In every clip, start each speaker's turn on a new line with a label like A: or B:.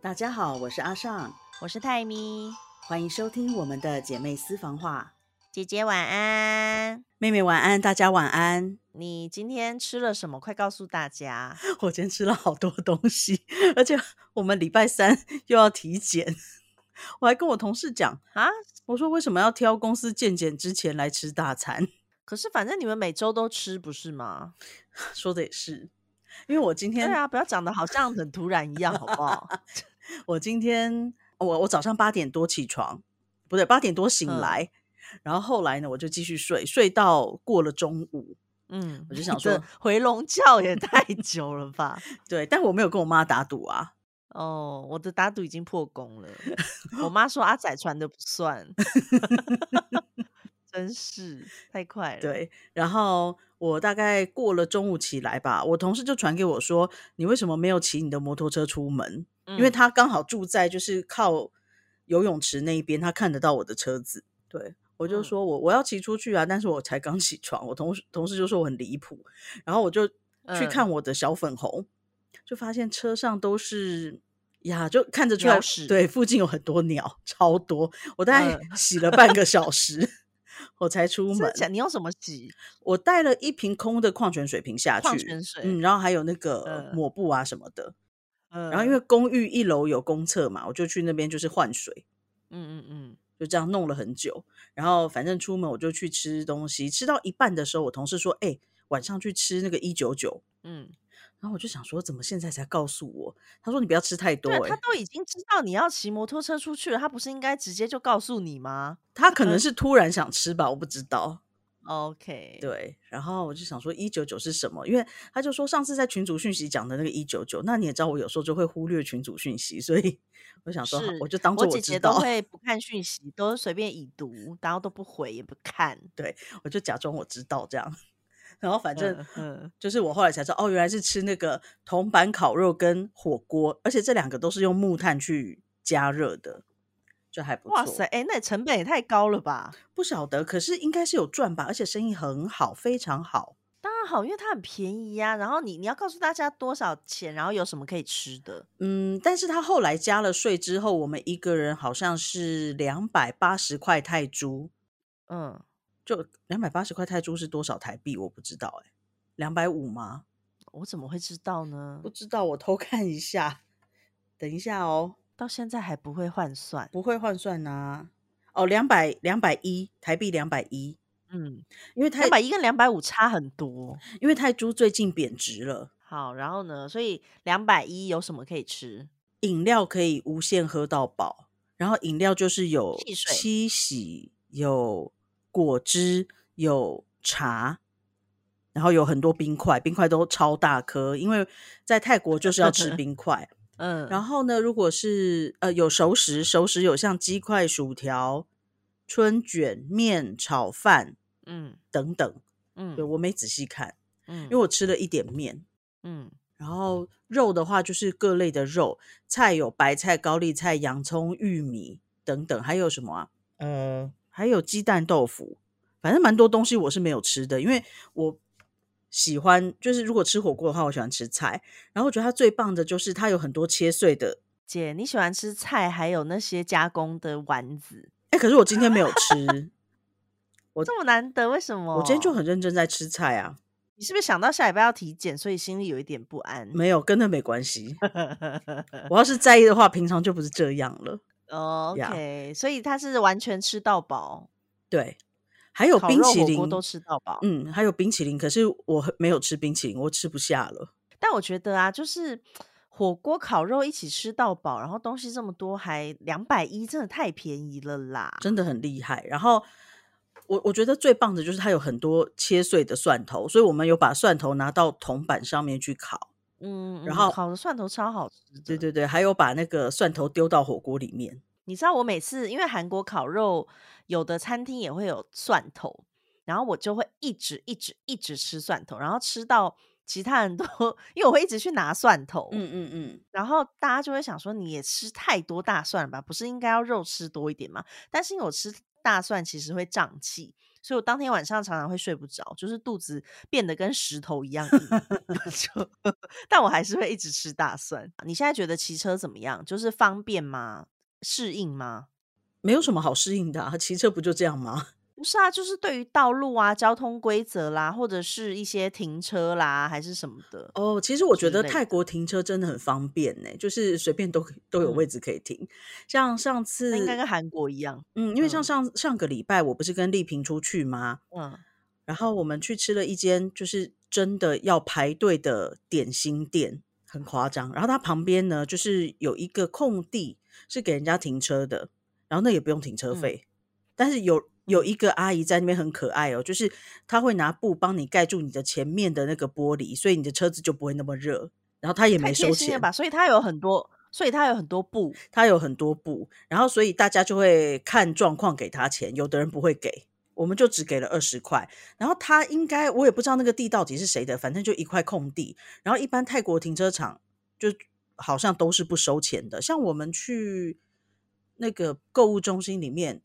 A: 大家好，我是阿尚，
B: 我是泰咪，
A: 欢迎收听我们的姐妹私房话。
B: 姐姐晚安，
A: 妹妹晚安，大家晚安。
B: 你今天吃了什么？快告诉大家！
A: 我今天吃了好多东西， 而且我们礼拜三 又要体检， 我还跟我同事讲，
B: 啊！
A: 我说为什么要挑公司健检之前来吃大餐？
B: 可是反正你们每周都吃不是吗？
A: 说的也是，因为我今
B: 对
A: 天，
B: 啊，不要讲的好像很突然一样，好不好？
A: 我今天，我我早上八点多起床，不对，八点多醒
B: 嗯
A: 来，然后后来呢，我就继续睡，睡到过了中午。
B: 嗯，
A: 我就想
B: 你的
A: 说
B: 回笼觉也太久了吧？
A: 对，但我没有跟我妈打赌啊，
B: 哦，我的打赌已经破功了。我妈说阿仔传的不 算， 真是太快了。，
A: 对，然后我大概过了中午起来吧，我同事就传给我说，你为什么没有骑你的摩托车出门？因为
B: 嗯
A: 他刚好住在就是靠游泳池那一边，他看得到我的车子。对我就
B: 嗯
A: 说我我要骑出去啊，但是我才刚起床，我同事同事就说我很离谱，然后我就去
B: 嗯
A: 看我的小粉红，就发现车上都是。呀，就看着出来
B: 鸟，屎
A: 对，附近有很多鸟，超多。我大概
B: 嗯
A: 洗了半个小时， 我才出
B: 真
A: 门
B: 的。假？你用什么洗？
A: 我带了一瓶空的矿泉水瓶下去，
B: 矿泉水
A: 嗯，然后还有那个
B: 嗯
A: 抹布啊什么的。
B: 然
A: 然后因为公寓一楼有公厕嘛，我就去那边就是换水，
B: 嗯嗯嗯，
A: 就这样弄了很久。然后反正出门我就去吃东西，吃到一半的时候，我同事说：“哎、晚上去吃那个一九九。
B: 嗯，”
A: 然后我就想说，怎么现在才告诉我？他说：“你不要吃太多、
B: 对啊，
A: 欸。
B: 他都已经知道你要骑摩托车出去了，他不是应该直接就告诉你吗
A: 他可
B: 呃
A: 能是突然想吃吧，我不知道。
B: ？OK，，
A: 对，然后我就想说一九九是什么？因为他就说上次在群组讯息讲的那个一九九，那你也知道我有时候就会忽略群组讯息，所以我想说好
B: 是，
A: 我就当做
B: 我姐
A: 知
B: 姐都
A: 道，我
B: 会不看讯息，都随便已读，然后都不回也不看。
A: 就假装我知道这样。然后反正
B: 嗯嗯
A: 就是我后来才知道，哦，原来是吃那个铜板烤肉跟火锅，而且这两个都是用木炭去加热的，就还不错。
B: 哇塞，，哎、那成本也太高了吧？
A: 不晓得，可是应该是有赚吧，而且生意很好，非常好。
B: 当然好，因为它很便宜呀、然后你你要告诉大家多少钱，然后有什么可以吃的。
A: 嗯，但是他后来加了税之后，我们一个人好像是两百八十块泰铢，
B: 嗯，
A: 就两百八十块泰铢是多少台币？我不知道哎、欸，两百五吗？
B: 我怎么会知道呢
A: 不？知道，我偷看一下。等一下哦，
B: 到现在还不会换算。
A: 不会换算呐、哦，两百两百一台币，两百一，
B: 嗯，
A: 因为泰
B: 两百一跟两百五差很多。
A: 因为泰铢最近贬值了，
B: 好，然后呢？所以两百一有什么可以吃？
A: 饮料可以无限喝到饱，然后饮料就是有
B: 汽水
A: 七喜、有果汁、有茶，然后有很多冰块，冰块都超大颗，因为在泰国 就是要吃冰块。
B: 嗯，
A: 然后呢，如果是呃有熟食，熟食有像鸡块、薯条、春卷、面、炒饭
B: 嗯
A: 等等。
B: 嗯，
A: 对我没仔细看，
B: 嗯，
A: 因为我吃了一点面。
B: 嗯
A: 然后肉的话就是各类的肉，菜有白菜、高丽菜、洋葱、玉米等等，还有什么啊？呃，还有鸡蛋豆腐，反正蛮多东西我是没有吃的，因为我喜欢就是如果吃火锅的话，我喜欢吃菜，然后我觉得它最棒的就是它有很多切碎的，
B: 姐你喜欢吃菜，还有那些加工的丸子，
A: 哎，可是我今天没有 吃，
B: 这么难得，为什么？
A: 我今天就很认真在吃菜啊，
B: 你是不是想到下礼拜要体检，所以心里有一点不安？
A: 没有跟那没关系，我要是在意的话，平常就不是这样了。
B: 哦
A: 呀
B: OK，所以他是完全吃到饱，
A: 对，还有
B: 烤
A: 冰
B: 肉
A: 淇
B: 火锅
A: 淋
B: 都吃到饱。
A: 嗯，还有冰淇淋，可是我很没有吃冰淇淋，我吃不下了。
B: 但我觉得啊，就是火锅、烤肉一起吃到饱，然后东西这么多，还两百一，真的太便宜了啦！
A: 真的很厉害。然后我我觉得最棒的就是它有很多切碎的蒜头，所以我们有把蒜头拿到铜板上面去烤。
B: 嗯，
A: 然
B: 嗯
A: 后
B: 烤的蒜头超好吃的，
A: 对对对，还有把那个蒜头丢到火锅里面。
B: 你知道我每次因为韩国烤肉，有的餐厅也会有蒜头，然后我就会一直一直一直吃蒜头，然后吃到其他人都，因为我会一直去拿蒜头，
A: 嗯嗯嗯，
B: 然后大家就会想说你也吃太多大蒜了吧？不是应该要肉吃多一点吗？但是因为我吃大蒜其实会胀气，所以我当天晚上常常会睡不着，就是肚子变得跟石头一样硬 就。但我还是会一直吃大蒜。你现在觉得骑车怎么样？就是方便吗？适应吗？
A: 没有什么好适应的、啊，骑车不就这样吗？
B: 不是啊，就是对于道路啊、交通规则啦，或者是一些停车啦，还是什么的。
A: 哦，其实我觉
B: 之
A: 得
B: 类
A: 泰
B: 的
A: 国停车真的很方便呢、就是随便都可以都有
B: 嗯
A: 位置可以停。像上次
B: 那应该跟韩国一样。
A: 嗯，因为
B: 嗯
A: 像上上个礼拜我不是跟丽萍出去吗？
B: 嗯，
A: 然后我们去吃了一间就是真的要排队的点心店，很夸张。然后它旁边呢，就是有一个空地是给人家停车的，然后那也不用停车
B: 嗯
A: 费。但是有有一个阿姨在那边很可爱哦，就是她会拿布帮你盖住你的前面的那个玻璃，所以你的车子就不会那么热。然后她也
B: 太
A: 没
B: 贴
A: 收
B: 心了
A: 钱，
B: 吧？所以它有很多，所以它有很多布。
A: 它有很多布，然后所以大家就会看状况给他钱，有的人不会给，我们就只给了二十块。然后他应该我也不知道那个地到底是谁的，反正就一块空地。然后一般泰国停车场就好像都是不收钱的，像我们去那个购物中心里面，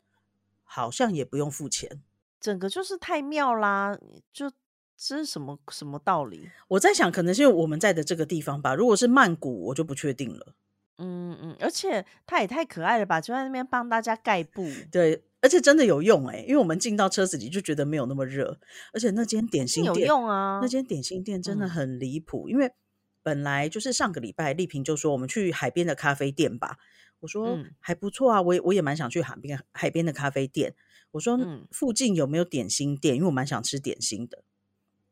A: 好像也不用付钱。
B: 整个就是太妙啦！就这是什么什么道理？
A: 我在想，可能是因为我们在的这个地方吧。如果是曼谷，我就不确定了。
B: 嗯嗯，而且他也太可爱了吧，就在那边帮大家盖布。
A: 对，而且真的有用哎、因为我们进到车子里就觉得没有那么热，而且那间点
B: 是
A: 心
B: 有
A: 店
B: 用啊
A: 那，间点心店真的
B: 嗯
A: 很离谱，因为本来就是上个礼拜丽萍就说我们去海边的咖啡店吧，我说
B: 嗯
A: 还不错啊，我也我也蛮想去海边海边的咖啡店，我说
B: 嗯
A: 附近有没有点心店，因为我蛮想吃点心的，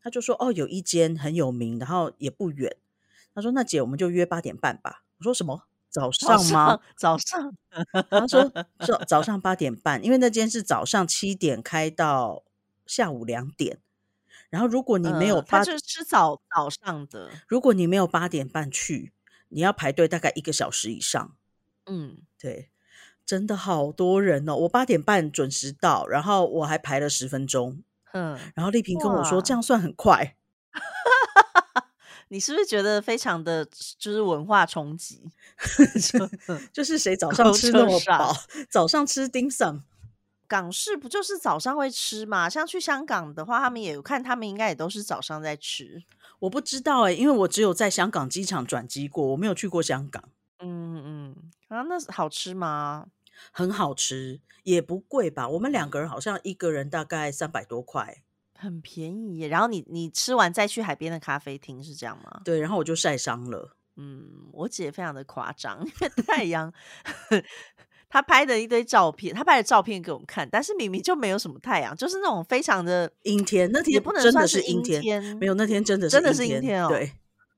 A: 他就说哦有一间很有名，然后也不远，他说那姐我们就约八点半吧，我说什么早
B: 早
A: 上吗
B: 上？早上，
A: 他说 早早上八点半，因为那间是早上七点开到下午两点。然后，如果你没有
B: 他
A: 八、
B: 嗯就是吃早早上的，
A: 如果你没有八点半去，你要排队大概一个小时以上。
B: 嗯，
A: 对，真的好多人哦！我八点半准时到，然后我还排了十分钟。
B: 嗯，
A: 然后丽萍跟我说，
B: 哇
A: 这样算很快。
B: 你是不是觉得非常的就是文化冲击？
A: 就是谁 早
B: 够
A: 上吃那
B: 车
A: 么
B: 上
A: 饱， 早上吃 dim sum，
B: 港式不就是早上会吃嘛？像去香港的话，他们也有看，他们应该也都是早上在吃。
A: 我不知道哎、因为我只有在香港机场转机过，我没有去过香港。
B: 嗯嗯，啊，那好吃吗？
A: 很好吃，也不贵吧？我们两个人好像一个人大概三百多块。
B: 很便宜耶。然后你你吃完再去海边的咖啡厅是这样吗？
A: 对，然后我就晒伤了。
B: 嗯，我姐非常的夸张， 因为太阳，她拍的一堆照片，她拍的照片给我们看，但是明明就没有什么太阳，就是那种非常的
A: 阴天那
B: 也
A: 天
B: 不能
A: 真的
B: 算
A: 是
B: 阴
A: 阴天
B: 天
A: 没有，那天真的是
B: 真的是阴天哦
A: 对，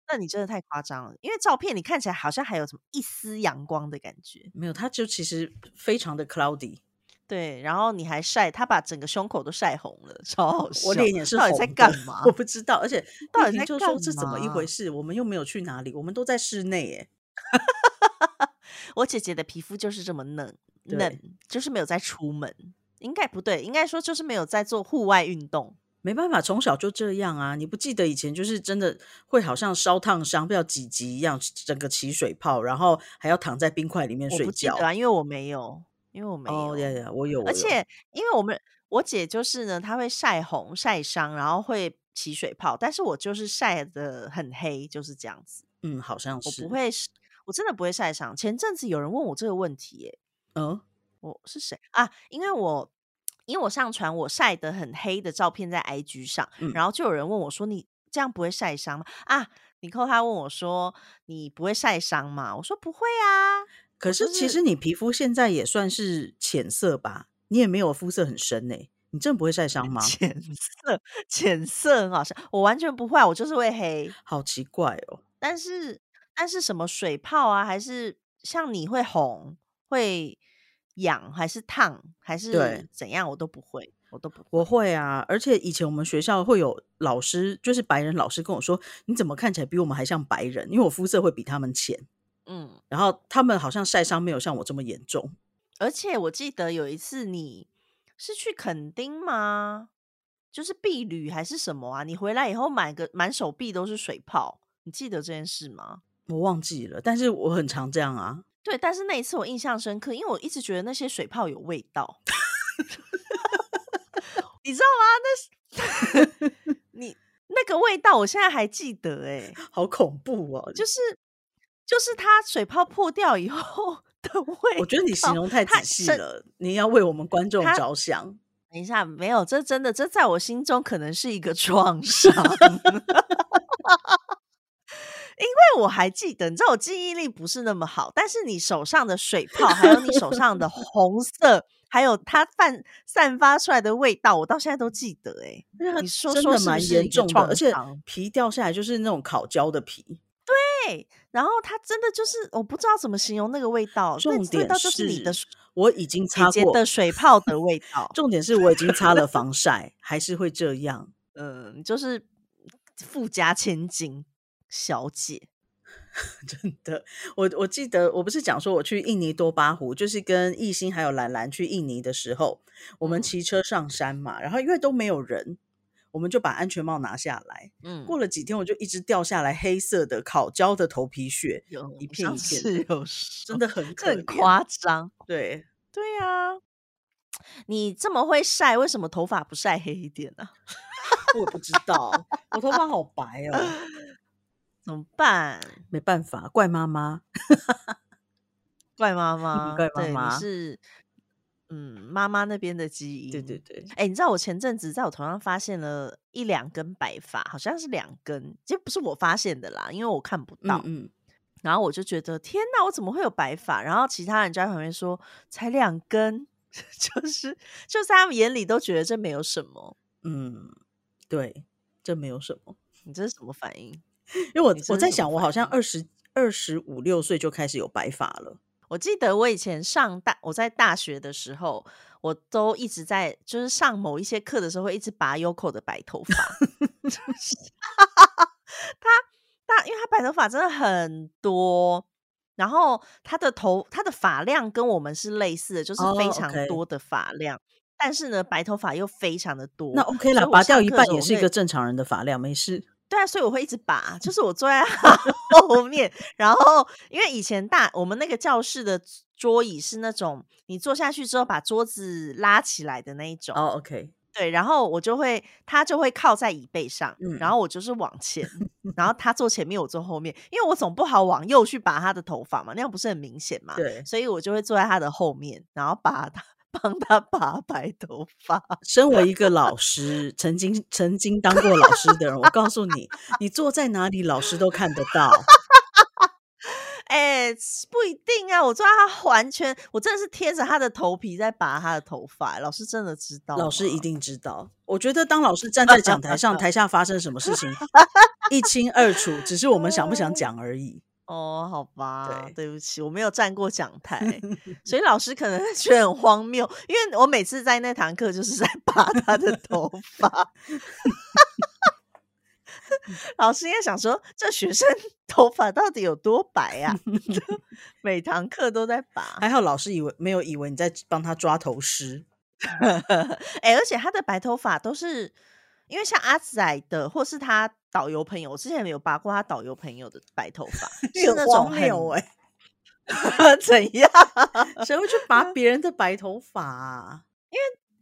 B: 那你真的太夸张了，因为照片你看起来好像还有什么一丝阳光的感觉，
A: 没有，它就其实非常的 cloudy。
B: 对，然后你还晒，她把整个胸口都晒红了，超好笑，
A: 哦我脸也是
B: 到
A: 红
B: 底在
A: 的
B: 干嘛？
A: 我不知道，而且
B: 哦到
A: 丽
B: 底
A: 萍
B: 在
A: 就说
B: 干
A: 这怎么一回
B: 嘛
A: 事？我们又没有去哪里，我们都在室内耶。
B: 我姐姐的皮肤就是这么嫩
A: 对
B: 嫩，就是没有在出门，应该不对，应该说就是没有在做户外运动。
A: 没办法，从小就这样啊！你不记得以前就是真的会好像烧烫伤，不要几级一样，整个起水泡，然后还要躺在冰块里面
B: 我
A: 睡
B: 不记
A: 觉
B: 得。啊，因为我没有，因为我没有。
A: 哦，呀呀，我有，我
B: 而
A: 有
B: 且因为我们我姐就是呢，她会晒红、晒伤，然后会起水泡，但是我就是晒的很黑，就是这样子。
A: 嗯，好像
B: 我
A: 是
B: 不会是，我真的不会晒伤。前阵子有人问我这个问题、耶，
A: 嗯，
B: 我是谁啊？因为我因为我上传我晒的很黑的照片在 IG 上，
A: 嗯
B: 然后就有人问我说：“你这样不会晒伤吗？”啊，你扣他问我说：“你不会晒伤吗？”我说：“不会啊。”
A: 可
B: 我
A: 是
B: 就
A: 其
B: 是
A: 实你皮肤现在也算是浅色吧，你也没有肤色很深呢、你真的不会晒伤吗？
B: 浅色，浅色很好笑，我完全不会啊，我就是会黑。
A: 好奇怪哦，
B: 但是但是什么水泡啊，还是像你会红、会痒，还是烫，还是怎样，我都不会，我都不会。
A: 我会啊，而且以前我们学校会有老师，就是白人老师跟我说，你怎么看起来比我们还像白人？因为我肤色会比他们浅，
B: 嗯，
A: 然后他们好像晒伤没有像我这么严重。
B: 而且我记得有一次你是去垦丁吗？就是避旅还是什么啊？你回来以后满个满手臂都是水泡，你记得这件事吗？
A: 我忘记了，但是我很常这样啊。
B: 对，但是那一次我印象深刻，因为我一直觉得那些水泡有味道。你知道吗？那是你那个味道，我现在还记得哎、
A: 好恐怖哦！
B: 就是就是它水泡破掉以后 的味。
A: 我觉得你形容太
B: 它
A: 仔细
B: 深
A: 了，你要为我们观众
B: 它
A: 着想。
B: 等一下，没有，这真的，这在我心中可能是一个 创伤，因为我还记得，你知道我记忆力不是那么好，但是你手上的水泡，还有你手上 的红色，还有它散散发出来的味道，我到现在都记得、欸。
A: 因为它
B: 你说
A: 真
B: 说
A: 的
B: 是不
A: 蛮
B: 是
A: 严
B: 一个
A: 重的，
B: 创
A: 而且
B: 伤
A: 皮掉下来就是那种烤焦的皮。
B: 对，然后它真的就是我不知道怎么形容那个味道，那
A: 重
B: 个味
A: 点
B: 道就是你的水
A: 我已经
B: 姐
A: 擦
B: 姐
A: 过
B: 的水泡的味
A: ，
B: 道
A: 重点是我已经擦了防晒，还是会这样。
B: 嗯，就是富家千金小姐。
A: 真 的，我我记得我不是讲说我去印尼多巴湖，就是跟艺兴还有兰兰去印尼的时候，我们
B: 嗯
A: 骑车上山嘛，然后因为都没有人，我们就把安全帽拿下来。
B: 嗯，
A: 过了几天，我就一直掉下来黑色的烤焦的头皮屑，
B: 有
A: 一
B: 好
A: 片
B: 像
A: 一片
B: 是
A: 的
B: 有
A: 真
B: 的
A: 的很可
B: 哦很
A: 怜。
B: 夸张。
A: 对，
B: 对啊，你这么会晒，为什么头发不晒黑一点呢、
A: 我也不知道，我头发好白 哦，
B: 怎么办？
A: 没办法，怪妈妈。
B: 怪妈妈，
A: 怪妈
B: 嗯对，
A: 妈
B: 你是嗯妈妈那边的基因。
A: 对对。对，
B: 哎、你知道我前阵子在我头上发现了一两根白发，好像是两根，其实不是我发现的啦，因为我看不到。
A: 嗯嗯，
B: 然后我就觉得天哪，我怎么会有白发？然后其他人就在旁边说才两根， 就是就是在他们眼里都觉得这没有什么。
A: 嗯，对，这没有什么，
B: 你这是什么反应？
A: 因为我
B: 你这
A: 我
B: 是
A: 在
B: 什么
A: 想，我
B: 反
A: 好像
B: 应
A: 二十二十五六岁就开始有白发了。
B: 我记得我以前上大，我在大学的时候，我都一直在就是上某一些课的时候，会一直拔 Yoko 的白头发。 他他因为他白头发真的很多，然后他的头他的发量跟我们是类似的，就是
A: 哦
B: 非常
A: ，OK
B: 多的发量。但是呢，白头发又非常的多。
A: 那 OK
B: 所
A: 啦，
B: 以我
A: 拔
B: 上
A: 掉一
B: 课的
A: 半
B: 时候
A: 也
B: 我
A: 是一
B: 会
A: 个正常人的发量，没事。
B: 对啊，所以我会一直拔，就是我坐在 他后面，然后因为以前大我们那个教室的桌椅是那种你坐下去之后把桌子拉起来的那一种，
A: 哦，OK，
B: 对，然后我就会他就会靠在椅背上，
A: 嗯
B: 然后我就是往前，然后他坐前面，我坐后面，因为我总不好往右去拔他的头发嘛，那样不是很明显嘛，
A: 对，
B: 所以我就会坐在他的后面，然后把他 帮他拔白头发。
A: 啊身为一个 老师，曾经曾经当过老师的人，我告诉你，你坐在哪里，老师都看得 到。
B: 哎、是不一定啊！我知道他完全，我真的是贴着他的头皮在拔他的头发。老师真的知道吗，
A: 老师一定知道。我觉得当老师站在讲台 上，台下发生什么事情一清二楚，只是我们想不想讲而已。
B: 哦，好吧
A: 对，
B: 对不起，我没有站过讲 台，所以老师可能 会觉得很荒谬，因为我每次在那堂课就是 在拔他的头发。老师应该想说，这学生头发到底有多白啊？ 每堂课都在拔。
A: 还好老师以为没有以为你在帮他抓头虱，
B: 哎、而且他的白头发都是因为像阿仔的，或是他导游朋友，我之前有拔过他导游朋友的白头发，是那种很
A: 有哎、
B: 怎样？
A: 谁会去拔别人的白头发、 啊、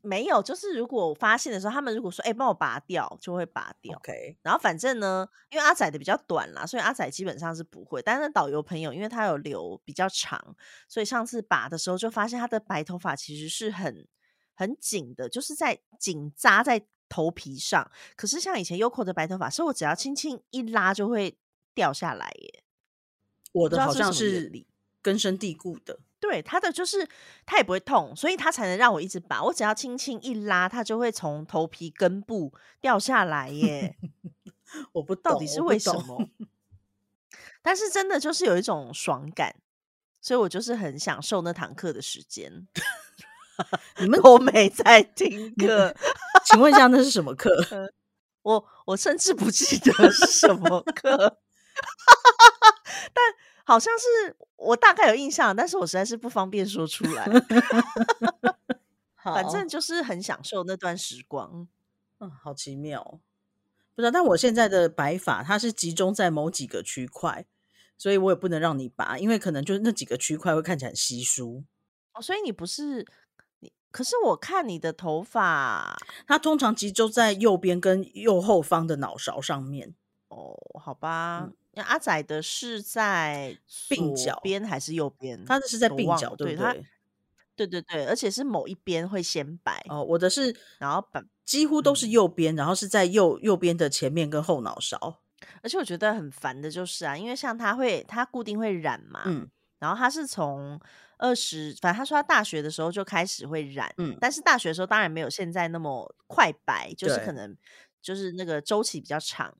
B: 没有，就是如果我发现的时候，他们如果说哎帮、我拔掉，就会拔掉。
A: ？OK，
B: 然后反正呢，因为阿仔的比较短啦，所以阿仔基本上是不会。但是导游朋友，因为他有留比较长，所以上次拔的时候就发现他的白头发其实是很很紧的，就是在紧扎在头皮上。可是像以前 Yoko 的白头发，是我只要轻轻一拉就会掉下来耶。
A: 我的
B: 不知道
A: 好
B: 是
A: 像
B: 什么原
A: 是根深蒂固的。
B: 对，他的就是他也不会痛，所以他才能让我一直拔。我只要轻轻一拉，它就会从头皮根部掉下来耶。
A: 我不
B: 到
A: 懂
B: 底是
A: 我不
B: 为什
A: 懂
B: 么？但是真的就是有一种爽感，所以我就是很享受那堂课的时间。
A: 你们
B: 我没在听课，
A: 请问一下，那是什么 课？
B: 我我甚至不记得是什么课， 但好像是我大概有印象，但是我实在是不方便说出 来。反
A: 好
B: 正就是很享受那段时光。
A: 嗯，好奇妙哦，不知道。但我现在的白发，它是集中在某几个区块，所以我也不能让你拔，因为可能就是那几个区块会看起来很稀疏。
B: 哦，所以你不是你可是我看你的头发
A: 它通常集中在右边跟右后方的脑勺上面，
B: 哦，好吧，那阿仔的是在
A: 嗯鬓
B: 左
A: 角
B: 边还是右边？
A: 它的是在
B: 嗯我
A: 鬓
B: 忘
A: 角，
B: 了
A: 对
B: 对
A: 不
B: 它
A: 对？
B: 对对对，而且是某一边会先白，
A: 哦，我的是
B: 然后本
A: 几乎都是
B: 嗯
A: 右边，然后是在右右边的前面跟后脑勺。
B: 而且我觉得很烦的就是啊，因为像他会，他固定会染嘛，
A: 嗯，
B: 然后他是从二十，反正他说他大学的时候就开始会染，
A: 嗯
B: 但是大学的时候当然没有现在那么快白，就是
A: 对
B: 可能就是那个周期比较长。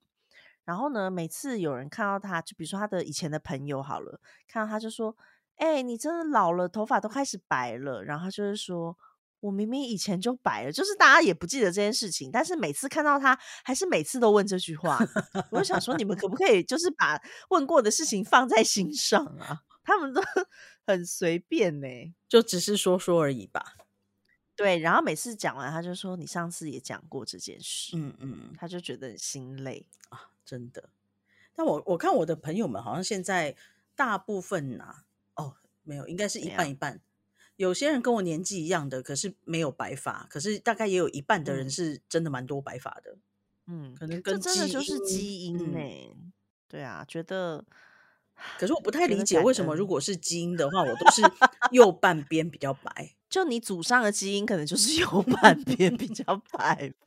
B: 然后呢，每次有人看到他，就比如说他的以前的朋友好了，看到他就说：“哎、你真的老了，头发都开始白了。”然后他就是说。我明明以前就白了，就是大家也不记得这件事情，但是每次看到他，还是每次都问这句话。我就想说，你们可不可以就是把问过的事情放在心上啊？他们都 很随便呢、
A: 就只是说说而已吧。
B: 对，然后每次讲完，他就说你上次也讲过这件事，
A: 嗯嗯，
B: 他就觉得很心累。
A: 真的。但我我看我的朋友们好像现在大部分呐、哦，没有，应该是一
B: 怎
A: 半一半。有些人跟我年纪一样的，可是没有白发，可是大概也有一半的人
B: 嗯
A: 是真的蛮多白发的，
B: 嗯，
A: 可能
B: 这
A: 跟
B: 真的就是基因
A: 嗯
B: 呢、对啊，觉得
A: 可是我不太
B: 觉
A: 理
B: 得
A: 解
B: 感
A: 为什么，如
B: 恩
A: 果是基因的话，我都是右半边比较白。
B: 就你祖上的基因可能就是 右半边比 较白吧。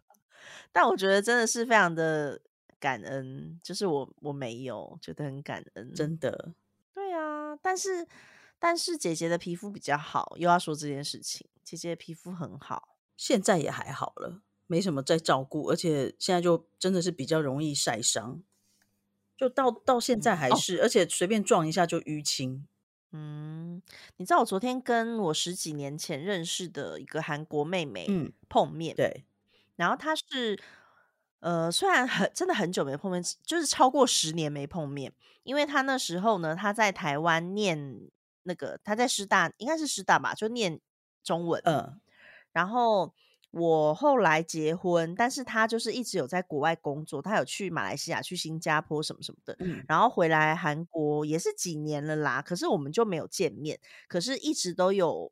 B: 但我觉得真的是非常的感恩，就是我我没有觉得很感恩，
A: 真的，
B: 对啊，但是但是姐姐的皮肤比较好，又要说这件事情。姐姐的皮肤很好，
A: 现在也还好了，没什么在照顾，而且现在就真的是比较容易晒伤，就到到现在还
B: 哦
A: 是，而且随便撞一下就淤青。
B: 嗯，你知道我昨天跟我十几年前认识的一个韩国妹妹
A: 嗯，
B: 碰面，
A: 对，
B: 然后她是呃，虽然很真的很久没碰面，就是超过十年没碰面，因为她那时候呢，她在台湾念那个，她在师大应该是师大吧，就念中文，
A: 嗯
B: 然后我后来结婚，但是他就是一直有在国外工作，他有去马来西亚、去新加坡什么什么的，
A: 嗯，
B: 然后回来韩国也是几年了啦。可是我们就没有见面，可是一直都有，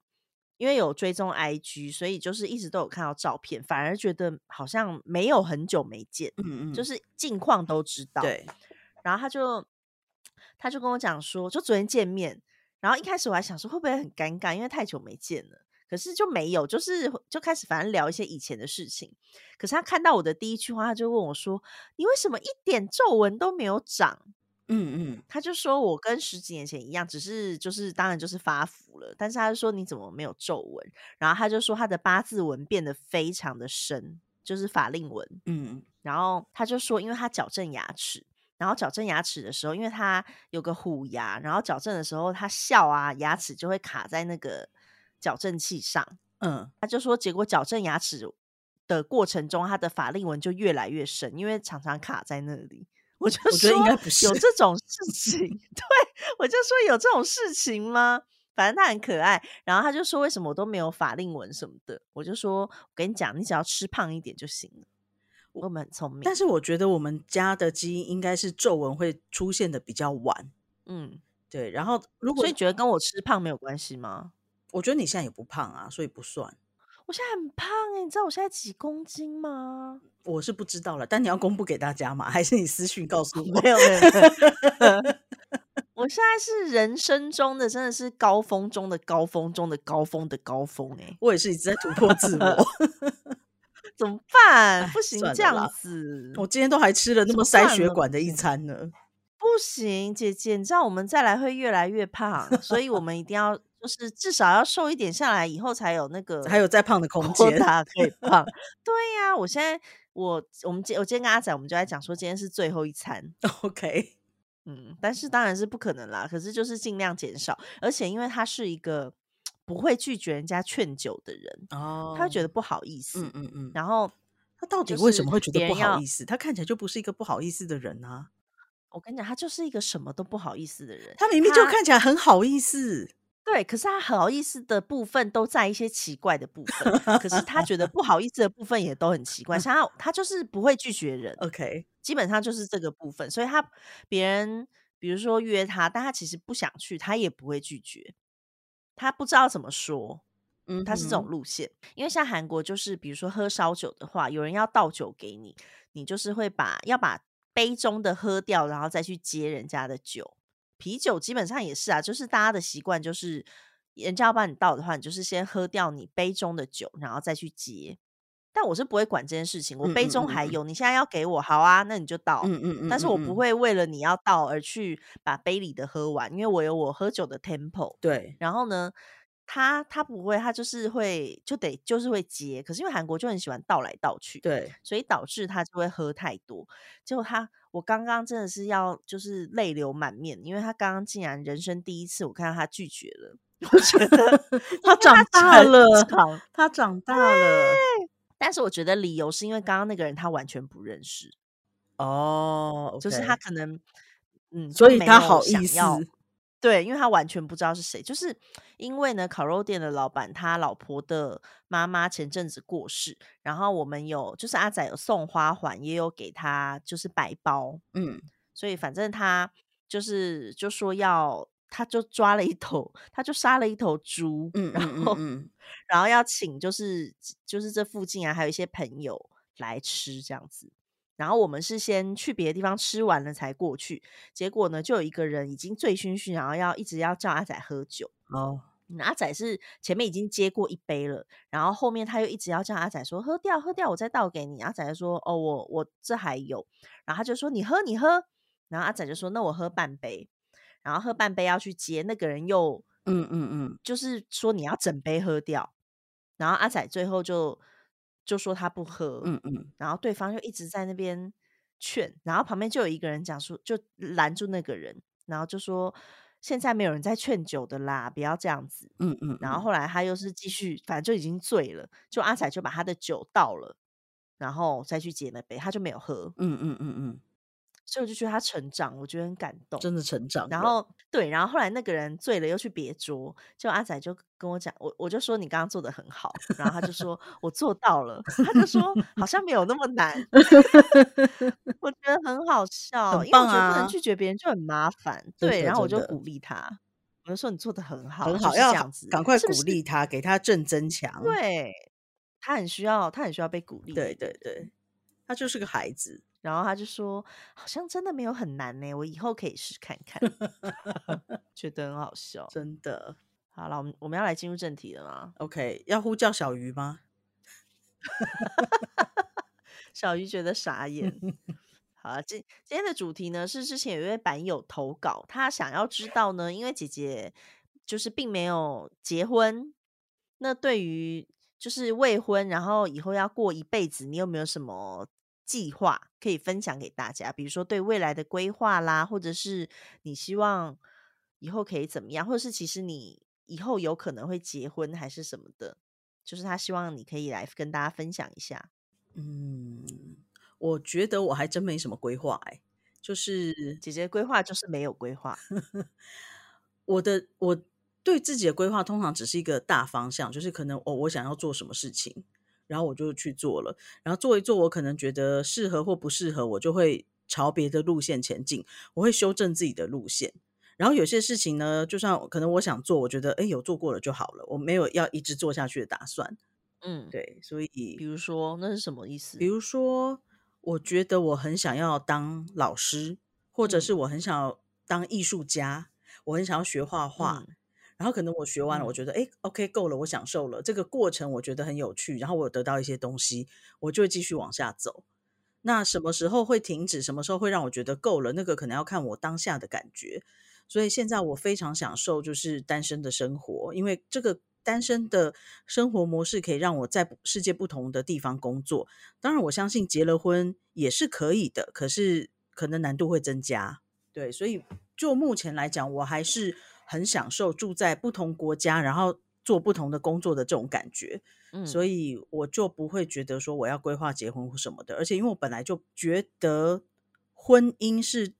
B: 因为有追踪 IG，所以就是一直都有看到照片，反而觉得好像没有很久没见，
A: 嗯嗯，
B: 就是近况都知道。
A: 对，
B: 然后他就他就跟我讲说，就昨天见面，然后一开始我还想说会不会很尴尬，因为太久没见了。可是就没有，就是就开始反正聊一些以前的事情。可是他看到我的第一句话，他就问我说：“你为什么一点皱纹都没有长？”
A: 嗯嗯，
B: 他就说我跟十几年前一样，只是就是当然就是发福了，但是他就说你怎么没有皱纹？然后他就说他的八字纹变得非常的深，就是法令纹。
A: 嗯
B: 然后他就说，因为他矫正牙齿，然后矫正牙齿的时候，因为他有个虎牙，然后矫正的时候他笑啊，牙齿就会卡在那个矫正器上。
A: 嗯，
B: 他就说，结果矫正牙齿的过程中，他的法令纹就越来越深，因为常常卡在那里。 我就
A: 我觉
B: 说
A: 得应该不是
B: 有这种事情， 对我就说有这种事情吗？反正他很可爱，然后他就说为什么我都没有法令纹什么的，我就说我跟你讲，你只要吃胖一点就行了。我们很聪明，
A: 但是我觉得我们家的基因应该是皱纹会出现的比较晚，
B: 嗯，
A: 对。然后如果
B: 所以觉得跟我吃胖没有关系吗？
A: 我觉得你现在也不胖啊，所以不算，
B: 我现在很胖哎、你知道我现在几公斤吗？
A: 我是不知道了。但你要公布给大家 嘛，还是你私讯告诉我？
B: 没有没有没有， 我现在是人生中的真的是高峰中的高峰中的高峰的高峰哎、
A: 我也是一直在突破自 我。
B: 怎么办？
A: 哎
B: 不行
A: 算
B: 这
A: 了啦
B: 样子，
A: 我今天都还吃了那嗯
B: 怎
A: 么
B: 么
A: 塞
B: 办
A: 血
B: 呢
A: 管的一餐呢。
B: 不行，姐姐，你知道我们再来会越来越胖，所以我们一定 要就是至少要瘦一点下来，以后才有那个
A: 还有再嗯胖的空
B: 扩
A: 间。
B: 大可以胖。对呀、我现在我我们今我今天跟阿仔我们就在讲说今天是最后 一餐，
A: OK，
B: 嗯，但是当然是不可能啦，可是就是尽量减少，而且因为他是一个不会拒绝人家劝酒的人，
A: 哦
B: 他会觉
A: 得，
B: 得不好意思，
A: 嗯嗯嗯，
B: 然后。
A: 他到底
B: 就
A: 为什
B: 是
A: 么会觉
B: 别
A: 得不
B: 人
A: 好
B: 要
A: 意思？他看起来就不是一个不好意思的人啊，
B: 我跟你讲，他就是一个什么都不好意思的人。
A: 他明明就
B: 他
A: 看起来很好意思。
B: 对，可是他好意思的部分都在一些奇怪的部分，可是他觉得不好意思的部分也都很奇怪。像他，他就是不会拒绝人，
A: OK，
B: 基本上就是这个部分，所以他别人比如说约他，但他其实不想去，他也不会拒绝，他不知道怎么说。
A: 嗯
B: 它是这种
A: 哼
B: 路线。因为像韩国就是，比如说喝烧酒的话，有人要倒酒给你，你就是会把要把杯中的喝掉，然后再去接人家的酒。啤酒基本上也是啊，就是大家的习惯就是，人家要帮你倒的话，你就是先喝掉你杯中的酒，然后再去接。但我是不会管这件事情，我
A: 嗯
B: 杯
A: 嗯
B: 中
A: 嗯
B: 还
A: 嗯
B: 有，你现在要给我，好啊，那你就倒。
A: 嗯嗯嗯，
B: 但是
A: 嗯
B: 我
A: 嗯
B: 不会为了你要倒而去把杯里的喝完，因为我有我喝酒的 tempo。
A: 对，
B: 然后呢，他他不会，他就是会就得就是会接，可是因为韩国就很喜欢倒来倒去，
A: 对，
B: 所以导致他就会喝太多。结果他，我刚刚真的是要就是泪流满面，因为他刚刚竟然人生第一次，我看到他拒绝了， 我觉得
A: 他长大了，
B: 长
A: 他长大了，
B: 但是我觉得理由是因为刚刚那个人他完全不认识，
A: 哦，
B: 就是
A: OK
B: 他，可能嗯，
A: 所以
B: 没
A: 他
B: 有
A: 好
B: 想
A: 意思，
B: 要对，因为他完全不知道是谁，就是因为呢，烤肉店的老板他老婆的妈妈前阵子过世，然后我们有就是阿仔有送花环，也有给他就是白包，
A: 嗯，
B: 所以反正他就是就说要，他就抓了一头，他就杀了一头猪，
A: 嗯
B: 然
A: 嗯
B: 后
A: 嗯
B: 然后要请就是就是这附近啊，还有一些朋友来吃这样子。然后我们是先去别的地方吃完了才过去，结果呢，就有一个人已经醉醺醺，然后要一直要叫阿仔喝酒。
A: 嗯，哦，
B: 嗯阿仔是前面已经接过一杯了，然后后面他又一直要叫阿仔说喝掉喝掉，我再倒给你。阿仔就说哦我我这还有，然后他就说你喝你喝，然后阿仔就说那我喝半杯，然后喝半杯要去接那个人又
A: 嗯嗯嗯，
B: 就是说你要整杯喝掉，然后阿仔最后就就说他不喝，
A: 嗯嗯，
B: 然后对方就一直在那边劝，然后旁边就有一个人讲说，就拦住那个人，然后就说现在没有人在劝酒的啦，不要这样子。
A: 嗯嗯，
B: 然后后来他又是继续，反正就已经醉了，就阿仔就把他的酒倒了，然后再去接那杯，他就没有喝，
A: 嗯嗯嗯嗯，
B: 所以我就觉得他成长，我觉得很感动。
A: 真的成长了，
B: 然后对，然后后来那个人醉了又去别桌，就阿仔就跟我讲，我我就说你刚刚做的很好，然后他就说我做到了，他就 说好像没有那么难， 我觉得很好笑，
A: 很
B: 因为我
A: 棒
B: 觉得不能
A: 啊
B: 拒绝别人就很麻烦，
A: 真
B: 对，
A: 的
B: 然后我
A: 真
B: 就
A: 的
B: 鼓励他，我就说你做的很好，
A: 很
B: 就
A: 好，
B: 是
A: 要
B: 这样子，
A: 赶快
B: 是不
A: 鼓
B: 是？
A: 励他，给他正增强，
B: 对，他很需要，他很需要被鼓励的
A: 对
B: 一个
A: 对
B: 人。
A: 对，他就是个孩子，
B: 然后他就说，好像真的没有很难呢、我以后可以试看看，觉得很好笑。
A: 真的。
B: 好了，我们我们要来进入正题了吗？
A: OK，要呼叫小鱼吗？
B: 小鱼觉得傻眼。好啊，今今天的主题呢是之前有一位版友投稿，他想要知道呢，因为姐姐就是并没有结婚，那对于就是未婚，然后以后要过一辈子，你有没有什么计划可以分享给大家？比如说对未来的规划啦，或者是你希望以后可以怎么样，或者是其实你以后有可能会结婚还是什么的，就是他希望你可以来跟大家分享一下。
A: 嗯，我觉得我还真没什么规划哎，就是
B: 姐姐规划就是没有规划，
A: 我的我对自己的规划通常只是一个大方向，就是可能哦，我想要做什么事情，然后我就去做了，然后做一做，我可能觉得适合或不适合，我就会朝别的路线前进，我会修正自己的路线。然后有些事情呢，就算可能我想做，我觉得哎有做过了就好了，我没有要一直做下去的打算。
B: 嗯。
A: 对，所以
B: 比如说，那是什么意思
A: 比？如说，我觉得我很想要当老师，或者
B: 嗯
A: 是我很想要当艺术家，我很想要学画画。
B: 嗯
A: 然后可能我学完了，我
B: 嗯
A: 觉得哎，OK，够了，我享受了这个过程，我觉得很有趣，然后我得到一些东西，我就会继续往下走。那什么时候会停止？什么时候会让我觉得够了？那个可能要看我当下的感觉。所以现在我非常享受就是单身的生活，因为这个单身的生活模式可以让我在不世界不同的地方工作。当然，我相信结了婚也是可以的，可是可能难度会增加。对，所以就目前来讲，我还是很享受住在不同国家，然后做不同的工作的这种感觉。
B: 嗯，
A: 所以我就不会觉得说我要规划结婚或什么的。而且因为我本来就觉得婚姻是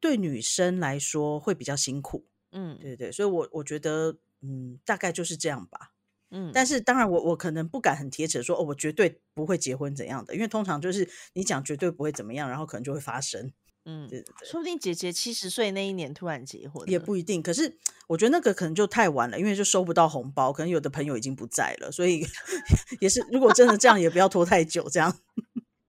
A: 对女生来说会比较辛苦，
B: 嗯
A: 对对，所以我我觉得嗯，大概就是这样吧。
B: 嗯，
A: 但是当然我，我可能不敢很铁齿地说哦，我绝对不会结婚怎样的，因为通常就是你讲绝对不会怎么样，然后可能就会发生。
B: 嗯，
A: 对对对。
B: 说不定姐姐七十岁那一年突然结婚了，
A: 也不一定，可是我觉得那个可能就太晚了，因为就收不到红包，可能有的朋友已经不在了，所 以也是如果真的这样，也不要拖太久。这样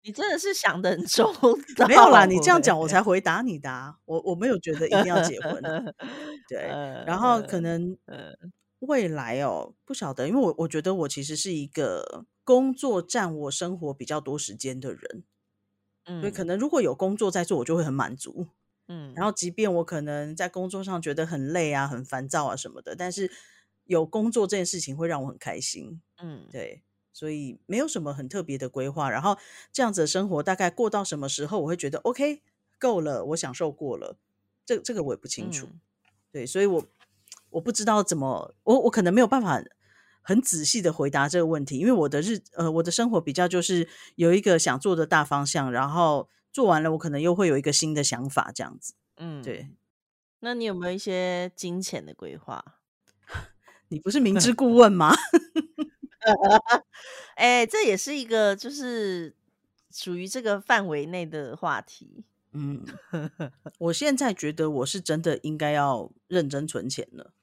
B: 你真的是想的很周到。欸
A: 没有啦，
B: 哦
A: 你这样讲我才回答你的、啊。我我没有觉得一定要结婚，啊 对。
B: 呃，
A: 然后可能
B: 呃
A: 未来哦，不晓得，因为我我觉得我其实是一个工作占我生活比较多时间的人，
B: 嗯，
A: 所以可能如果有工作在做，我就会很满足。
B: 嗯，
A: 然后即便我可能在工作上觉得很累啊、很烦躁啊什么的，但是有工作这件事情会让我很开心。
B: 嗯
A: 对，所以没有什么很特别的规划。然后这样子的生活大概过到什么时候，我会觉得 OK 够了，我享受过了。这这个我也不清楚。
B: 嗯
A: 对，所以我我不知道怎么，我我可能没有办法很仔细的回答这个问题，因为我的日呃我的生活比较就是有一个想做的大方向，然后做完了我可能又会有一个新的想法这样子。
B: 嗯，
A: 对
B: 那你有没有一些金钱的规划？
A: 你不是明知故问吗？
B: 哎、这也是一个就是属于这个范围内的话题。
A: 嗯， 我现在觉得我是真的应该要认真存钱了。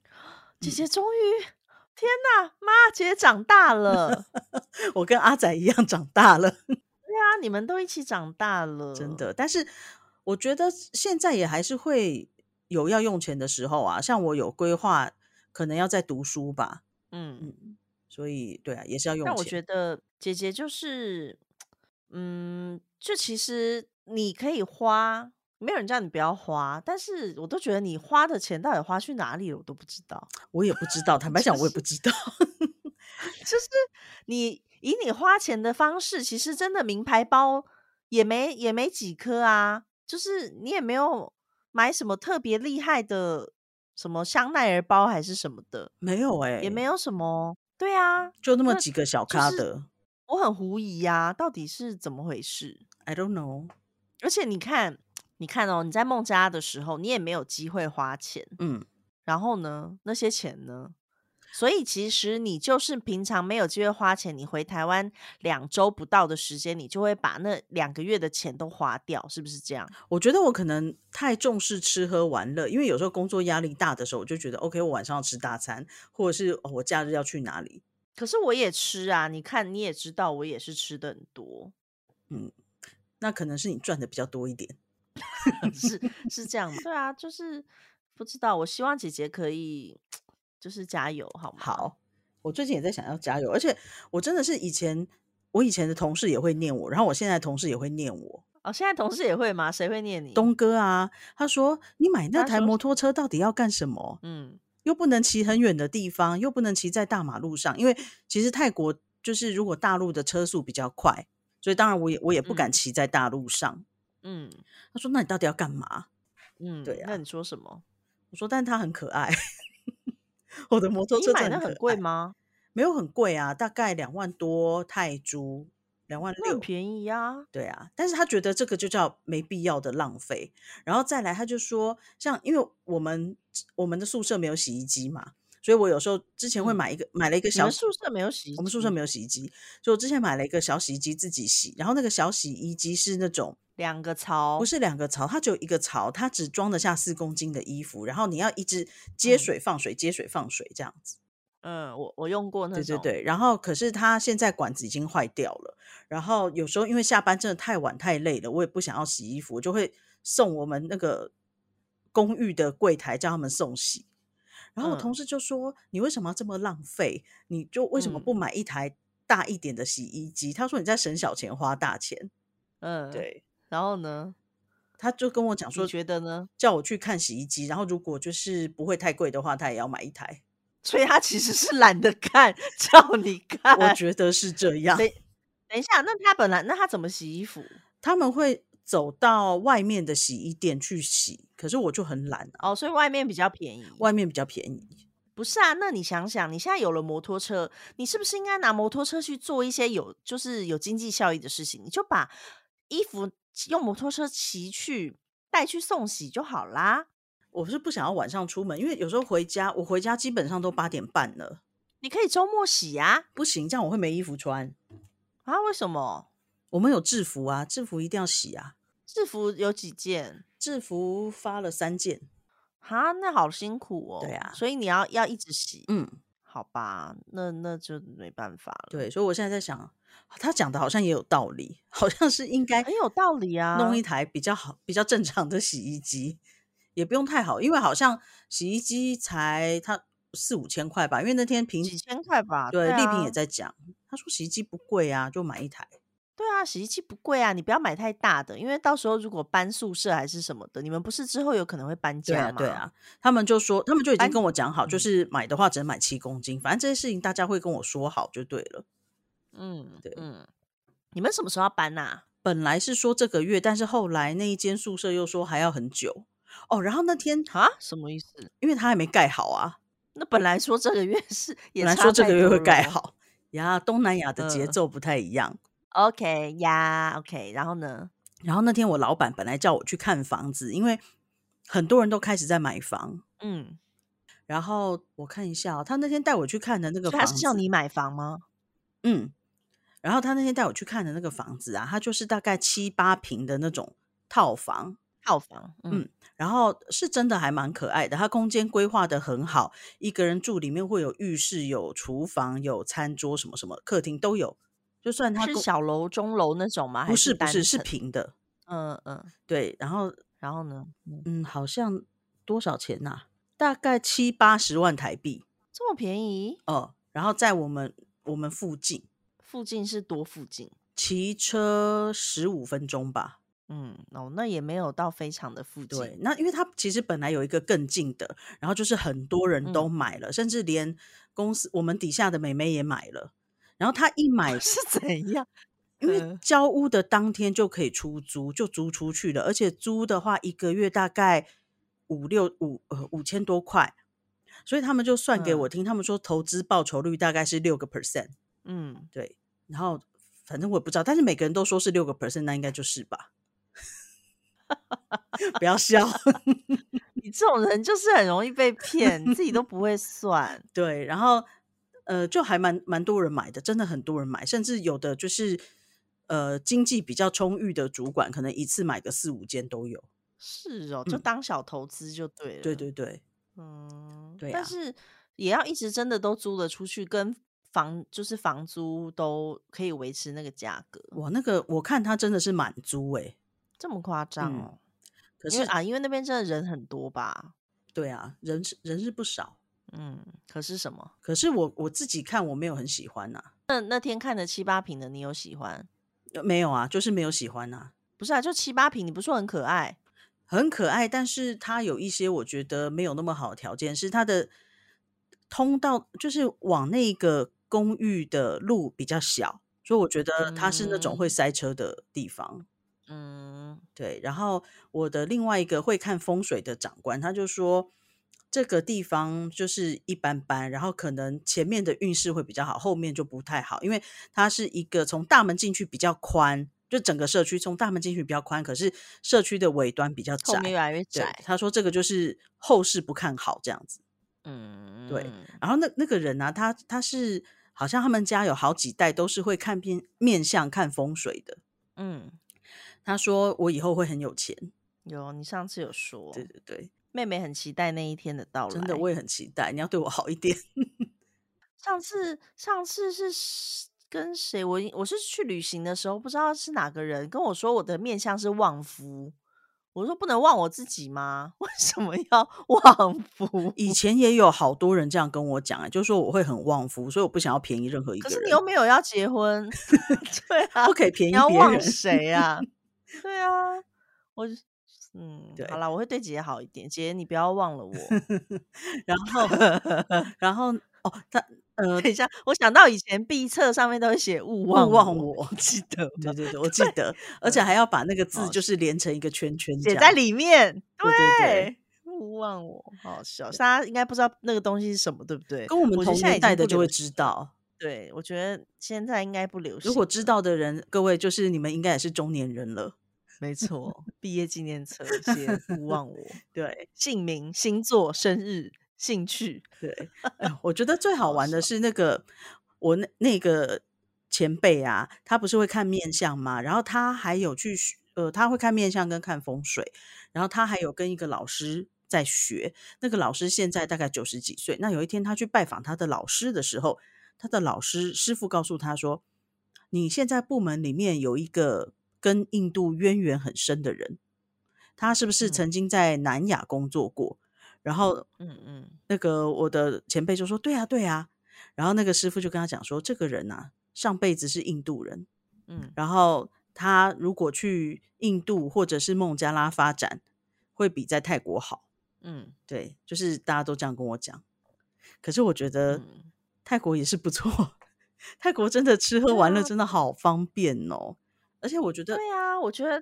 B: 姐
A: 嗯
B: 姐终于，天哪，妈，姐姐长大了。
A: 我跟阿仔一样长大了，
B: 对啊，你们都一起长大了，
A: 真。的。但是我觉得现在也还是会有要用钱的时候啊，像我有规划，可能要在读书吧，
B: 嗯，
A: 嗯，所以对啊，也是要用
B: 但
A: 钱。
B: 我觉得姐姐就是，嗯，就其实你可以花，没有人叫你不要花，但是我都觉得你花的钱到底花去哪里了，我都不知道。
A: 我也不知 道，坦白讲，我也不知道。
B: 就是你以你花钱的方式，其实真的名牌包也没也没几颗啊，就是你也没有买什么特别厉害的什么香奈儿包还是什么的，
A: 没有哎、
B: 也没有什么。对啊，
A: 就那么
B: 那
A: 几个小
B: 就
A: 咖
B: 是
A: 的、
B: 我很狐疑呀、到底是怎么回事？
A: i don't know。
B: 而且你看，你看哦，你在孟加拉的时候，你也没有机会花钱，
A: 嗯，
B: 然后呢，那些钱呢？所以其实你就是平常没有机会花钱，你回台湾两周不到的时间，你就会把那两个月的钱都花掉，是不是这样？
A: 我觉得我可能太重视吃喝玩乐，因为有时候工作压力大的时候，我就觉得 OK，我晚上要吃大餐，或者是、哦、我假日要去哪里。
B: 可是我也吃啊，你看你也知道，我也是吃的很多，
A: 那可能是你赚的比较多一点。
B: 是是这样吗？对啊，就是不知道。我希望姐姐可以就是加油，好吗？
A: 好，我最近也在想要加油，而且我真的是以前我以前的同事也会念我，然后我现在的同事也会念我。
B: 哦，现在同事也会吗？谁会念你？
A: 东哥啊，他说你买那
B: 他
A: 台
B: 说
A: 摩托车到底要干什么？
B: 嗯
A: 又不能骑很远的地方，又不能骑在大马路上，因为其实泰国就是如果大陆的车速比较快，所以当然我也我也不敢
B: 嗯
A: 骑在大路上。
B: 嗯
A: 他说那你到底要干嘛？
B: 嗯，
A: 对啊
B: 那你说什么？
A: 我说但他很可爱， 我的摩托
B: 你
A: 车
B: 买
A: 真
B: 的
A: 的可
B: 很
A: 爱
B: 贵？吗？
A: 没有很贵啊，大概两万多泰铢，两万
B: 那很
A: 六。
B: 便宜啊。
A: 对啊，但是他觉得这个就叫没必要的浪费。然后再来，他就说，像因为我们我们的宿舍没有洗衣机嘛，所以我有时候之前会
B: 嗯
A: 买一个、买了一个
B: 你
A: 小
B: 们
A: 洗
B: 宿舍没有洗衣机？
A: 我们宿舍没有洗衣机，所以我之前买了一个小洗衣机自己洗。然后那个小洗衣机是那种
B: 两个槽，
A: 不是两个槽，它只有一个槽，它只装得下四公斤的衣服，然后你要一直接
B: 嗯
A: 水放水、接水放水这样子。
B: 嗯，我我用过那
A: 对对
B: 种，对，
A: 对，然后可是它现在管子已经坏掉了，然后有时候因为下班真的太晚太累了，我也不想要洗衣服，我就会送我们那个公寓的柜台叫他们送洗。然后我同
B: 嗯
A: 事就说：“你为什么要这么浪费？你就为什么
B: 嗯
A: 不买一台大一点的洗衣机？”他说：“你在省小钱花大钱。
B: 嗯，。
A: 对，
B: 然后呢？
A: 他就跟我讲
B: 你
A: 说，
B: 觉得呢？
A: 叫我去看洗衣机，然后如果就是不会太贵的话，他也要买一台。
B: 所以他其实是懒得看， 叫你看。
A: 我觉得是这样。
B: 等等一下，那他本来那他怎么洗衣服？
A: 他们会走到外面的洗衣店去洗，可是我就很懒啊，
B: 哦，所以外面比较便宜。
A: 外面比较便宜。
B: 不是啊，那你想想，你现在有了摩托车，你是不是应该拿摩托车去做一些有就是有经济效益的事情？你就把衣服用摩托车骑去带去送洗就好啦。
A: 我是不想要晚上出门，因为有时候回家，我回家基本上都八点半了，
B: 你可以周末洗呀、
A: 不行，这样我会没衣服穿。
B: 啊。啊，为什么？
A: 我们有制服啊，制服一定要洗啊。
B: 制服有几件？
A: 制服发了三件，
B: 哈，那好辛苦哦。
A: 对啊
B: 所以你要要一直洗，
A: 嗯，
B: 好吧？那那就没办法了。
A: 对，所以我现在在想，啊他讲的好像也有道理，好像是应该
B: 很有道理啊。
A: 弄一台比较好、比较正常的洗衣机，也不用太好，因为好像洗衣机才它四五千块吧，因为那天平
B: 几千块吧。
A: 对丽萍也
B: 啊。
A: 在讲，她说洗衣机不贵啊，就买一台。
B: 对啊，洗衣机不贵啊，你不要买太大的，因为到时候如果搬宿舍还是什么的，你们不是之后有可能会搬
A: 对
B: 家
A: 啊，
B: 吗？
A: 对啊，他们就说，他们就已经
B: 搬
A: 跟我讲好，就
B: 嗯
A: 是买的话只能买七公斤，反正这些事情大家会跟我说好就对了。
B: 嗯，
A: 对
B: 嗯，你们什么时候要搬呐、
A: 本来是说这个月，但是后来那一间宿舍又说还要很久哦。然后那天
B: 啊？什么意思？
A: 因为他还没盖好啊，
B: 那本来说这个月 是，也
A: 本来
B: 差
A: 说这
B: 太
A: 个月
B: 多
A: 会
B: 了
A: 盖
B: 哦。
A: 好呀，东南亚的节
B: 嗯
A: 奏不太一样。
B: OK 呀、o k 然后呢？
A: 然后那天我老板本来叫我去看房子，因为很多人都开始在买房。
B: 嗯，
A: 然后我看一下、哦，他那天带我去看的那个
B: 所以
A: 房
B: 他
A: 子，
B: 是叫你买房吗？
A: 嗯，然后他那天带我去看的那个房子啊，它就是大概七八平的那种套房，
B: 套房？嗯，
A: 嗯然后是真的还蛮可爱的，它空间规划的很好，一个人住里面会有浴室、有厨房、有餐桌什么什么，客厅都有。就算它
B: 是
A: 公
B: 小楼、中楼那种吗？还
A: 不是不
B: 单
A: 是是
B: 层
A: 平的，
B: 嗯嗯，
A: 对，然后
B: 然后呢？嗯，
A: 嗯，好像多少钱呐、大概七八十万台币
B: 这么便宜？
A: 哦。然后在我们我们附近
B: 附近是多附近？
A: 骑车十五分钟吧。
B: 嗯，哦，那也没有到非常的附近。，
A: 对，那因为它其实本来有一个更近的，然后就是很多人都买了，甚至连公司我们底下的妹妹也买了。然后她一买
B: 是怎样？
A: 因为
B: 嗯
A: 交屋的当天就可以出租，就租出去了，而且租的话一个月大概五六五呃五千多块，所以他们就算给我听，他们说投资报酬率大概是六个 percent，
B: 嗯，
A: 对，然后反正我也不知道，但是每个人都说是六个 percent，那应该就是吧。 不要笑，
B: 你这种人就是很容易被骗，你自 己都不会算。
A: 对，然后呃，就还蛮蛮多人买的，真的很多人买，甚至有的就是呃经济比较充裕的主管，可能一次买个四五间都有。
B: 是哦，就
A: 嗯
B: 当小投资就对了。啊
A: 对对对，
B: 嗯，
A: 对啊
B: 但是也要一直真的都租得出去，跟房就是房租都可以维持那个价格，
A: 哇，那个我看他真的是满租诶、
B: 这么夸张
A: 嗯
B: 哦？
A: 可
B: 因为
A: 是
B: 啊，因为那边真的人很多吧？
A: 对啊，人是人是不少，
B: 嗯，可是什么？
A: 可是我我自己看我没有很喜欢呐、
B: 那那天看的七八平的，你有喜欢？
A: 呃没有啊，就是没有喜欢呐、
B: 不是啊，就七八平，你不是说很可爱？
A: 很可爱，但是它有一些我觉得没有那么好的条件，是它的通道就是往那个公寓的路比较小，所以我觉得它是那种会塞车的地方。
B: 嗯，
A: 对，然后我的另外一个会看风水的长官，他就说这个地方就是一般般，然后可能前面的运势会比较好，后面就不太好，因为它是一个从大门进去比较宽，就整个社区从大门进去比较宽，可是社区的尾端比较
B: 后
A: 窄。
B: 面越来越
A: 对
B: 窄，。
A: 他说这个就是后世不看好这样子。
B: 嗯，
A: 然后那那个人呢、啊，他他是好像他们家有好几代都是会看面面相看风水的。
B: 嗯，
A: 他说我以后会很有钱。
B: 有，你上次有说，
A: 对对对，
B: 妹妹很期待那一天的到来。
A: 真的我也很期待，你要对我好一 点。
B: 上次上次是谁跟谁？我我是去旅行的时候，不知道是哪个人跟我说我的面相是旺夫。我说不能忘我自己吗？ 为什么要旺夫？
A: 以前也有好多人这样跟我讲、啊，就说我会很旺夫，所以我不想要便宜任何一
B: 可
A: 个
B: 是
A: 人，
B: 你又没有要结 婚， 对啊，
A: 不可以便
B: 你
A: 宜
B: 要
A: 别
B: 旺
A: 人。
B: 谁 啊？对啊，我就嗯，
A: 对
B: 好啦，我会对姐姐好一点。姐姐，你不要忘 了我。
A: 然后，然后哦，他呃，
B: 等一下，我想到以前必测上面都会写“勿忘
A: 忘忘
B: 我
A: 我，
B: 记得吗
A: 对对对，我记得，而且还要把那个字
B: 好
A: 就是连成一个圈圈，
B: 嗯写在。里面，
A: 对对对
B: 勿忘我，好好笑。大家应该不知道那个东西是什么，对不对？
A: 跟我们
B: 觉得
A: 同
B: 现在已
A: 年
B: 经
A: 代
B: 不
A: 的就
B: 流
A: 会
B: 行
A: 知
B: 了。
A: 道。
B: 对，我觉得现在应该不流行。
A: 如果知，道的人，各位就是你们应该也是中年人了。
B: 没错，毕业纪念册写“勿 忘我
A: 对”，
B: 姓名、星座、生日、兴趣，
A: 对，哎我觉得最好
B: 好
A: 玩的
B: 笑
A: 是那个我那那个前辈啊，他不是会看面相吗？然后他还有去学呃，他会看面相跟看风水，然后他还有跟一个老师在学，那个老师现在大概九十几岁。那有一天他去拜访他的老师的时候，他的老师师傅告诉他说：“你现在部门里面有一个跟印度渊源很深的人，他是不是
B: 嗯
A: 曾经在南亚工作过？”然后
B: 嗯嗯，
A: 那个我的前辈就说：“对啊，对啊。”然后那个师傅就跟他讲说：“这个人啊，上辈子是印度人，
B: 嗯，
A: 然后他如果去印度或者是孟加拉发展，会比在泰国好。
B: 嗯，
A: 对，就是大家都这样跟我讲。可是我觉得
B: 嗯
A: 泰国也是不错， 泰国真的吃喝
B: 对
A: 玩乐
B: 啊
A: 真的好方便哦。而且我觉得
B: 对啊，我觉得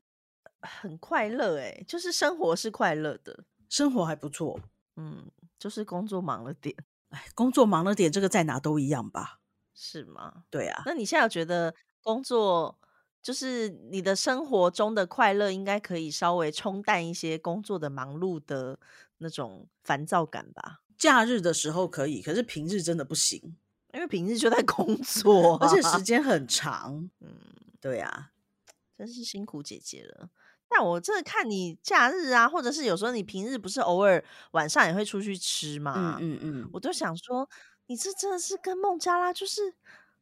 B: 很快乐哎、就是生活是快乐的，
A: 生活还不错，
B: 嗯，就是工作忙了点，
A: 哎，工作忙了点，这个在哪都一样吧？
B: 是吗？
A: 对啊，
B: 那你现在有觉得工作就是你的生活中的快乐，应该可以稍微冲淡一些工作的忙碌的那种烦躁感吧？
A: 假日的时候可以，可是平日真的不行，
B: 因为平日就在 工作、
A: 而
B: 啊
A: 且时，间很长。
B: 嗯，
A: 对啊，
B: 真是辛苦姐姐了。但我真的看你假日啊，或者是有时候你平日不是偶尔晚上也会出去吃嘛，
A: 嗯嗯嗯，
B: 我就想说，你这真的是跟孟加拉就是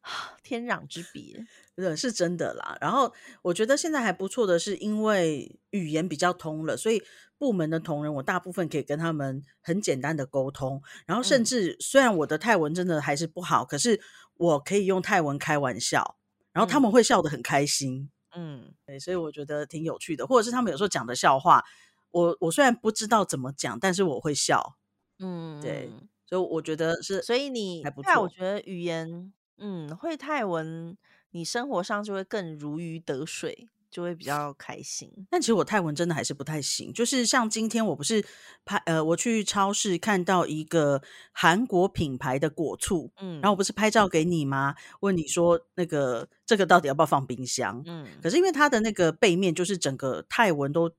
B: 天壤之别。
A: 对，是真的啦。然后我觉得现在还不错的是，因为语言比较通了，所以部门的同仁我大部分可以跟他们很简单的沟通。然后甚
B: 嗯
A: 至虽然我的泰文真的还是不好，可是我可以用泰文开玩笑，然后他
B: 嗯
A: 们会笑得很开心，
B: 嗯
A: 对，所以我觉得挺有趣的。或者是他们有时候讲的笑话，我我虽然不知道怎么讲，但是我会笑，
B: 嗯，
A: 对
B: 嗯
A: 所以我觉得是
B: 所以你
A: 还不
B: 对啊，我
A: 错。
B: 觉得语言，嗯，会泰文，你生活上就会更如鱼得水，就会比较开心。
A: 但其实我泰文真的还是不太行，就是像今天我不是拍呃，我去超市看到一个韩国品牌的果醋，然后我
B: 嗯
A: 不是拍照给你吗？问你说那个这个到底要不要放冰箱？
B: 嗯，
A: 可是因为它的那个背面就是整个泰文都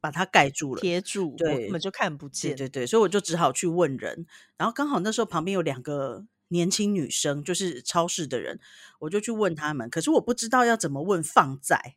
A: 把它盖住了，
B: 贴住我根本
A: 对
B: 就看不
A: 对
B: 见。
A: 对对，所以我就只好去问人，然后刚好那时候旁边有两个年轻女生，就是超市的人，我就去问他们，可是我不知道要怎么问“放在”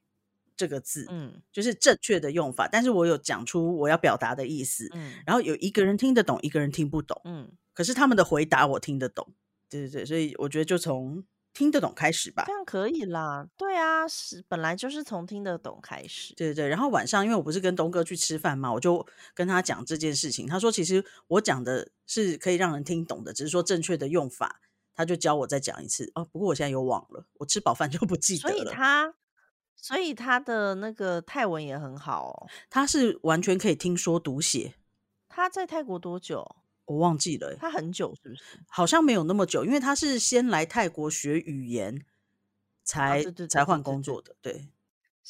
A: 这个字，
B: 嗯
A: 就是正确的用法，但是我有讲出我要表达的意思，
B: 嗯
A: 然后有一个人听得懂，一个人听不懂，
B: 嗯，
A: 可是他们的回答我听得懂，对对对，所以我觉得就从听得懂开始吧
B: 这，样可以啦。对啊，是本来就是从听得懂开始。
A: 对对，然后晚上因为我不是跟东哥去吃饭嘛，我就跟他讲这件事情。他说其实我讲的是可以让人听懂的，只是说正确的用法，他就教我再讲一次。哦，不过我现在又忘了，我吃饱饭就不记
B: 所
A: 得
B: 以
A: 了。
B: 他，所以他的那个泰文也很好哦。
A: 他是完全可以听说读写，
B: 他在泰国多久？
A: 我忘记了欸，
B: 他很久是不是？
A: 好像没有那么久，因为他是先来泰国学语言，
B: 啊，
A: 才
B: 哦对对对
A: 才
B: 对
A: 换
B: 对
A: 工
B: 对
A: 作的。对，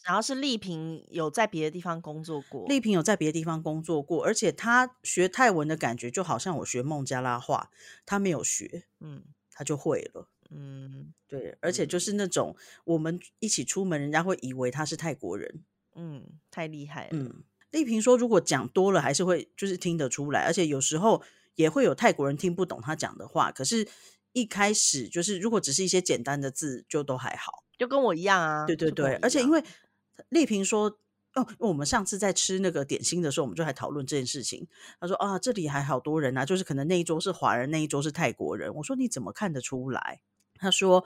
B: 然后是丽萍有在别的地方工作过，
A: 丽萍有在别的地方工作过，而且她学泰文的感觉就好像我学孟加拉话，她没有学，
B: 嗯
A: 她就会了。
B: 嗯
A: 对，而且就是
B: 嗯
A: 那种我们一起出门，人家会以为他是泰国人。
B: 嗯，太厉害了，
A: 嗯，丽萍说，如果讲多了，还是会就是听得出来，而且有时候也会有泰国人听不懂他讲的话。可是，一开始就是如果只是一些简单的字，就都还好。
B: 就跟我一样啊，
A: 对对
B: 就跟
A: 对，
B: 我一
A: 而且因
B: 样
A: 为丽萍说。哦，因为我们上次在吃那个点心的时候，我们就还讨论这件事情。她说啊，这里还好多人啊，就是可能那一桌是华人，那一桌是泰国人。我说你怎么看得出来？她说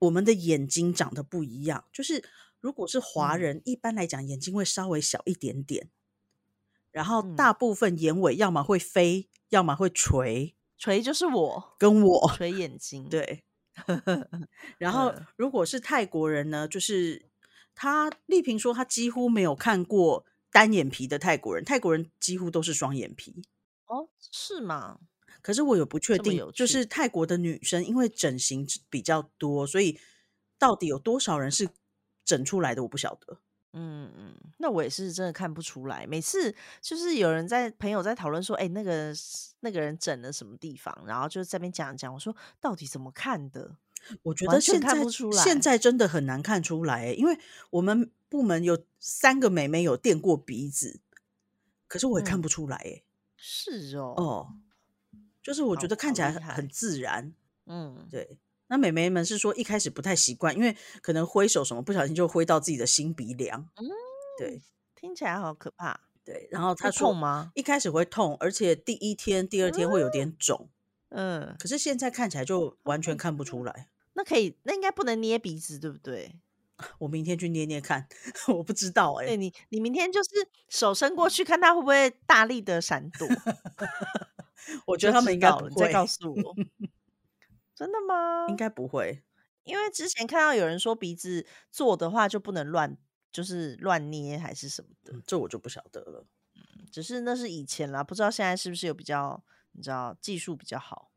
A: 我们的眼睛长得不一样，就是如果是华
B: 嗯
A: 人，一般来讲眼睛会稍微小一点点，然后
B: 嗯
A: 大部分眼尾要么会飞，要么会垂，
B: 垂就是我
A: 跟我
B: 垂眼睛，，
A: 对。 然后
B: 嗯
A: 如果是泰国人呢，就是他丽萍说他几乎没有看过单眼皮的泰国人，泰国人几乎都是双眼皮。
B: 哦，是吗？
A: 可是我有不确
B: 这么
A: 定
B: 有，
A: 就
B: 趣
A: 是泰国的女生因为整形比较多，所以到底有多少人是整出来的，我不晓得。
B: 嗯嗯，那我也是真的看不出来。每次就是有人在朋友在讨论说，哎、那个是那个人整了什么地方，然后就在那边讲讲，我说到底怎么看的？
A: 我觉
B: 完
A: 得
B: 全
A: 现
B: 看
A: 在
B: 不出
A: 现
B: 来
A: 在真的很难看出来欸，因为我们部门有三个美眉有垫过鼻子，可是我也看
B: 嗯，
A: 不出来哎。
B: 是哦，
A: 哦，就是我觉
B: 好
A: 得看
B: 好
A: 起来
B: 厉
A: 很很
B: 害，
A: 自然，
B: 嗯
A: 对，那美眉们是说一开始不太习惯，因为可能挥手什么不小心就挥到自己的心鼻梁。
B: 嗯，
A: 对
B: 听起来好可怕。
A: 对，然后
B: 会
A: 他
B: 痛
A: 说
B: 吗？
A: 一开始会痛，而且第一天、第二天会有点肿，
B: 嗯，
A: 可是现在看起来就完全看不出来。
B: 那可以，那应该不能捏鼻子，对不对？
A: 我明天去捏捏看， 我不知道哎、
B: 对你，你明天就是手伸过去，看他会不会大力的闪躲。
A: 我
B: 我
A: 觉得他们应该不
B: 了，你
A: 会
B: 再，告 诉我。真的吗？
A: 应该不会。
B: 因为之前看到有人说鼻子做的话就不能乱，就是乱捏还是什么的，
A: 嗯这我就不晓得了。
B: 只是那是以前啦，不知道现在是不是有比较，你知道技术比较好。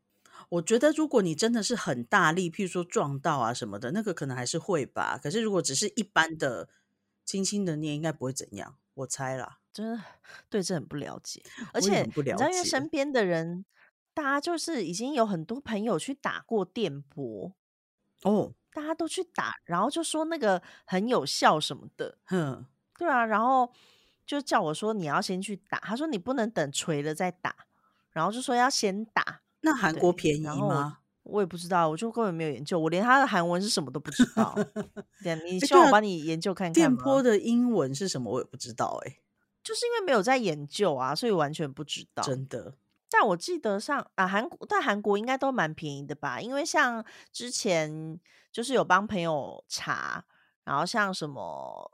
A: 我觉得如果你真的是很大力，譬如说撞到啊什么的，那个可能还是会吧。可是如果只是一
B: 嗯
A: 般的轻轻的捏，应该不会怎样，我猜啦。
B: 真的对这很不了解，
A: 我
B: 而
A: 也
B: 且
A: 很不
B: 你知
A: 了
B: 道，因为
A: 解
B: 身边的人，大家就是已经有很多朋友去打过电波，
A: 哦，
B: 大家都去打，然后就说那个很有效什么的，
A: 哼，
B: 对啊，然后就叫我说你要先去打，他说你不能等锤了再打，然后就说要先打，
A: 那韩国
B: 对
A: 便宜
B: 然后我
A: 吗？
B: 我也不知道，我就根本没有研究，我连他的韩文是什么都不知 道。对啊，
A: 诶
B: 你希
A: 对
B: 望我
A: 啊
B: 帮你研究看看
A: 电
B: 吗
A: 波的英文是什么？我也不知道哎、
B: 就是因为没有在研究啊，所以完全不知道。
A: 真的。
B: 但我记得上啊，韩国但韩国应该都蛮便宜的吧？因为像之前就是有帮朋友查，然后像什么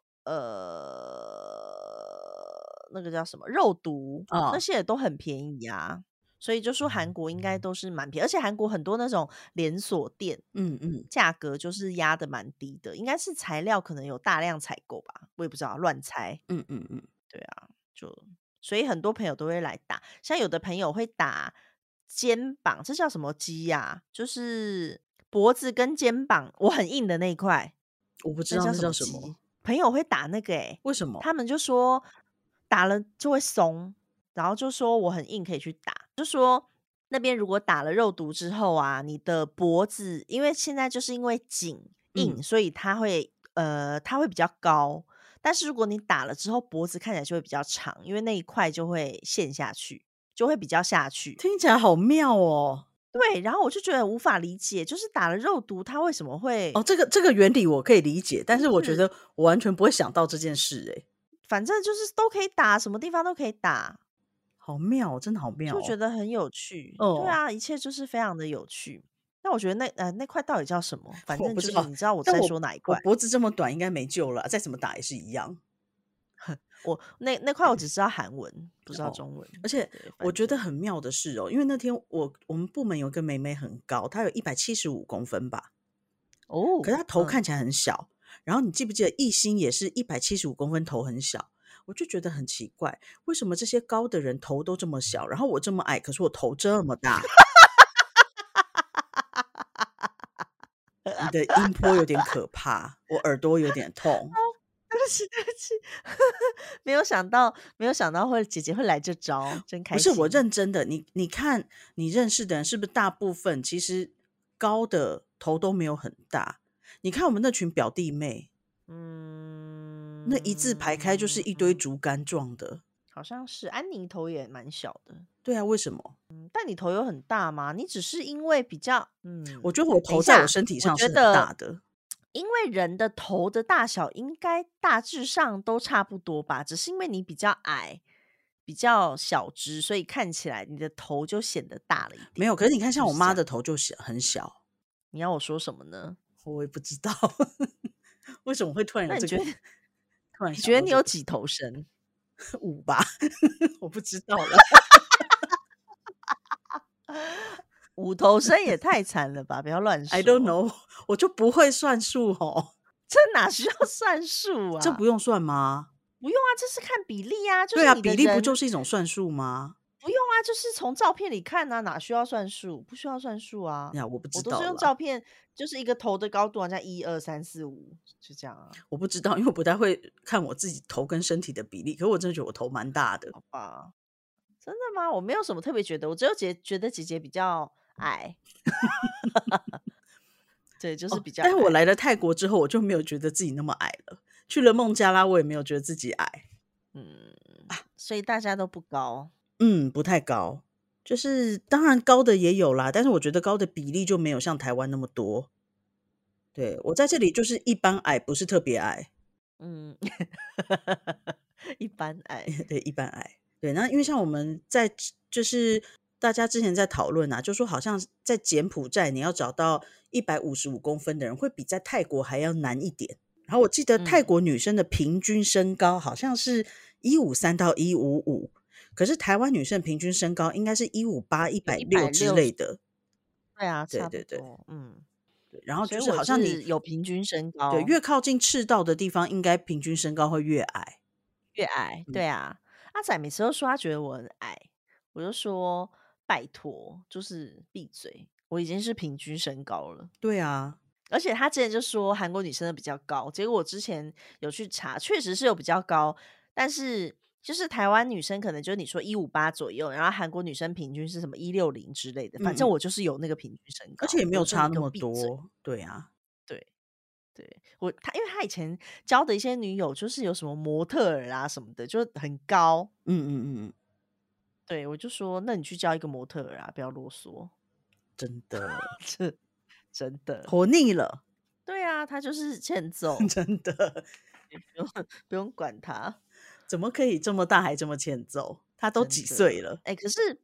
B: 呃那个叫什么肉毒、
A: 哦哦
B: 那些也都很便宜啊，所以就说韩国应该都是蛮便宜，而且韩国很多那种连锁店
A: 嗯嗯，
B: 价格就是压的蛮低的，应该是材料可能有大量采购吧，我也不知道乱猜。
A: 嗯嗯嗯，
B: 对啊，就所以很多朋友都会来打，像有的朋友会打肩膀，这叫什么肌呀、就是脖子跟肩膀，我很硬的那一块，
A: 我不知
B: 那
A: 道那叫
B: 叫
A: 什
B: 么
A: 么
B: 肌，？朋友会打那个、欸，
A: 为什么？
B: 他们就说打了就会松，然后就说我很硬可以去打，就说。那边如果打了肉毒之后啊，你的脖子因为现在就是因为紧硬，
A: 嗯
B: 所以它会呃它会比较高，但是如果你打了之后，脖子看起来就会比较长，因为那一块就会陷下去，就会比较下去。
A: 听起来好妙哦。
B: 对，然后我就觉得无法理解，就是打了肉毒，它为什么会？
A: 哦，这个这个原理我可以理解，但是我觉
B: 是
A: 得我完全不会想到这件事、欸，
B: 反正就是都可以打，什么地方都可以打，
A: 好妙哦，真的好妙、
B: 就
A: 哦。
B: 觉得很有趣。
A: 哦
B: 对啊，一切就是非常的有趣。那我觉得那呃那块到底叫什 么？反
A: 我
B: 正
A: 不
B: 就
A: 知
B: 是
A: 道
B: 你知道我
A: 但
B: 在
A: 我
B: 说哪一
A: 我
B: 块？
A: 脖子这么短，应该没救了，再怎么打也是一样。
B: 我那那块我只知道韩文，不知道
A: 哦
B: 中文。
A: 而且
B: 对
A: 我
B: 反
A: 觉得
B: 正
A: 很妙的是哦，因为那天我我们部门有一个妹妹很高，她有一百七十五公分吧，
B: 哦，
A: 可是她头
B: 嗯
A: 看起来很小。然后你记不记得艺兴也是一百七十五公分，头很小，我就觉得很奇怪，为什么这些高的人头都这么小，然后我这么矮，可是我头这么大？ 你的音波有点可怕，我耳朵有点痛。
B: 对不起，对不起， 没有想到，没有想到会姐姐会来这招，真开
A: 不
B: 心。
A: 是我认真的，你你看，你认识的人是不是大部分其实高的头都没有很大？你看我们那群表弟妹，
B: 嗯，
A: 那一字排开就是一堆竹竿状的。
B: 好像是安妮头也蛮小的，
A: 对啊，为什么？
B: 嗯但你头有很大吗？你只是因为比较，嗯，
A: 我觉得我
B: 等一
A: 头在
B: 下
A: 我身体
B: 我
A: 上
B: 觉
A: 是很
B: 得
A: 大的，
B: 因为人的头的大小应该大致上都差不多吧，只是因为你比较矮，比较小只，所以看起来你的头就显得大了一点。
A: 没有。可是你看，像我
B: 是这
A: 妈
B: 样
A: 的头就小很小，
B: 你要我说什么呢？
A: 我也不知道 为什么会突然
B: 那
A: 有
B: 你
A: 这
B: 觉
A: 个
B: 得。
A: 突然
B: 你
A: 想
B: 觉得
A: 到
B: 你
A: 这
B: 有
A: 个
B: 几头身？
A: 五吧？ 我不知道 了。
B: 五头身也太惨了吧！不要乱 说
A: I don't know，我就不会算数哦。
B: 这哪需要算数啊？
A: 这不用算吗？
B: 不用啊，这是看比例啊，就是
A: 对啊，
B: 你的
A: 比例不
B: 人
A: 就是一种算术吗？
B: 不用啊？就是从照片里看啊，哪需要算数？不需要算数啊
A: 哎。呀，我不知
B: 我都
A: 道
B: 是用
A: 啦
B: 照片，就是一个头的高度，好像一二三四五，就这样啊，
A: 我不知道，因为我不太会看我自己头跟身体的比例。可是我真的觉得我头蛮大的，
B: 好吧？真的吗？我没有什么特别觉得，我只有姐觉得姐姐比较矮， 对，就是
A: 哦
B: 比较矮。
A: 但是我来了泰国之后，我就没有觉得自己那么矮了。去了孟加拉，我也没有觉得自己矮。
B: 嗯，所以大家都不高。
A: 嗯，不太高，就是当然高的也有啦，但是我觉得高的比例就没有像台湾那么多。对我在这里就是一般矮，不是特别矮。
B: 嗯， 一般 爱，
A: 对，一般癌。对，那因为像我们在之就是大家之前在讨论啊，就说好像在柬埔寨你要找到一百五十五公分的人，会比在泰国还要难一点。然后我记得泰
B: 嗯
A: 国女生的平均身高好像是一五三到一五五，可是台湾女生平均身高应该是一五八、一百六之
B: 160
A: 类的。
B: 对啊，
A: 对
B: 差
A: 对
B: 不
A: 对
B: 多，嗯，
A: 对然后
B: 所
A: 就
B: 以
A: 是
B: 我
A: 好像
B: 是
A: 你
B: 有哦平均身高，
A: 对越靠近赤道的地方，应该平均身高会越矮。
B: 越矮，
A: 嗯
B: 对啊，阿仔每次都说他觉得我很矮，我就说拜托，就是闭嘴，我已经是平均身高了。
A: 对啊，
B: 而且他之前就说韩国女生的比较高，结果我之前有去查，确实是有比较高，但是就是台湾女生可能就是你说一五八左右，然后韩国女生平均是什么一六零之类的，反正
A: 嗯嗯
B: 我就是有那个平均身高，
A: 而且也没
B: 我
A: 有
B: 说你
A: 差那
B: 给我
A: 么
B: 闭嘴
A: 多。对啊，
B: 对，对我他，因为他以前交的一些女友就是有什么模特儿啊什么的，就很高。
A: 嗯嗯嗯嗯，
B: 对我就说，那你去交一个模特儿啊，不要啰嗦，
A: 真的
B: 这真的。
A: 活腻了，
B: 对啊，他就是欠揍，
A: 真的。
B: 不用管他。
A: 怎么可以这么大还这么欠揍？他都
B: 真
A: 几
B: 的
A: 岁了？
B: 哎、可是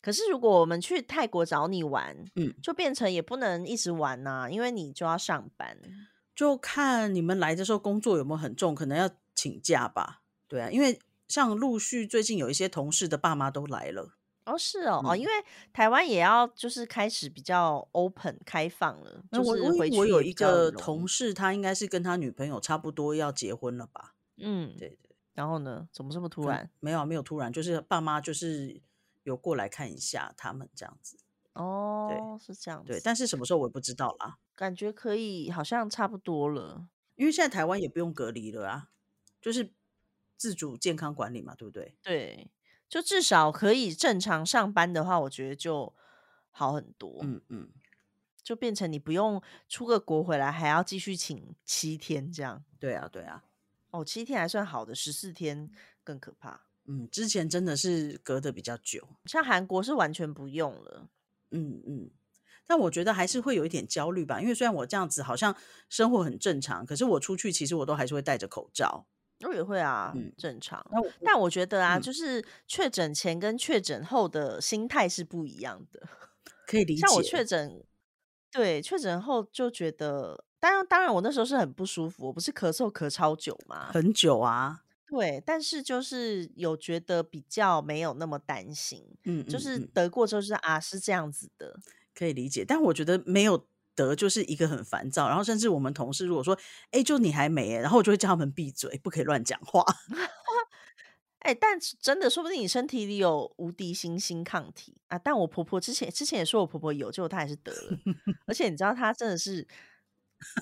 B: 可是，如果我们去泰国找你玩，
A: 嗯
B: 就变成也不能一直玩呐、因为你就要上班。
A: 就看你们来的时候工作有没有很重，可能要请假吧。对啊，因为像陆续最近有一些同事的爸妈都来了，
B: 哦，是哦，哦，因
A: 嗯
B: 为台湾也要就是开始比较 open 开放了，
A: 那
B: 就
A: 哎我
B: 是
A: 我
B: 回去
A: 我有
B: 也
A: 一
B: 比较
A: 个
B: 容易
A: 同事，他应该是跟他女朋友差不多要结婚了吧？
B: 嗯，
A: 对对，
B: 然后呢？怎么这么突
A: 突
B: 然？
A: 没有啊没有突然，就是爸妈就是有过来看一下他们这样子。
B: 哦，是这样子，
A: 对，但是什么时候我也不知道啦，
B: 感觉可以，好像差不多了。
A: 因为现在台湾也不用隔离了啊，就是自主健康管理嘛，对不对？
B: 对，就至少可以正常上班的话，我觉得就好很多，
A: 嗯嗯。
B: 就变成你不用出个国回来还要继续请七天这样。
A: 对啊，对啊，
B: 哦，七天还算好的，十四天更可怕。
A: 嗯，之前真的是隔得比较久，
B: 像韩国是完全不用了，
A: 嗯嗯，但我觉得还是会有一点焦虑吧，因为虽然我这样子好像生活很正常，可是我出去其实我都还是会戴着口罩。
B: 我也会啊，
A: 嗯
B: 正常。
A: 那我不
B: 但我觉得啊，
A: 嗯
B: 就是确诊前跟确诊后的心态是不一样的。
A: 可以理
B: 像我
A: 解
B: 确，诊，对确诊后就觉得，当然当然，我那时候是很不舒服，我不是咳嗽咳超久嘛，
A: 很久啊，
B: 对，但是就是有觉得比较没有那么担心，
A: 嗯，
B: 就
A: 嗯
B: 是
A: 嗯
B: 得过之后就是啊是这样子的，
A: 可以理解，但我觉得没有得就是一个很烦躁，然后甚至我们同事如果说，哎，就你还没耶，然后我就会叫他们闭嘴，不可以乱讲 话。
B: 哎，但是真的说不定你身体里有无敌星星抗体啊！但我婆婆之前之前也说我婆婆有，结果她还是得了，而且你知道她真的是，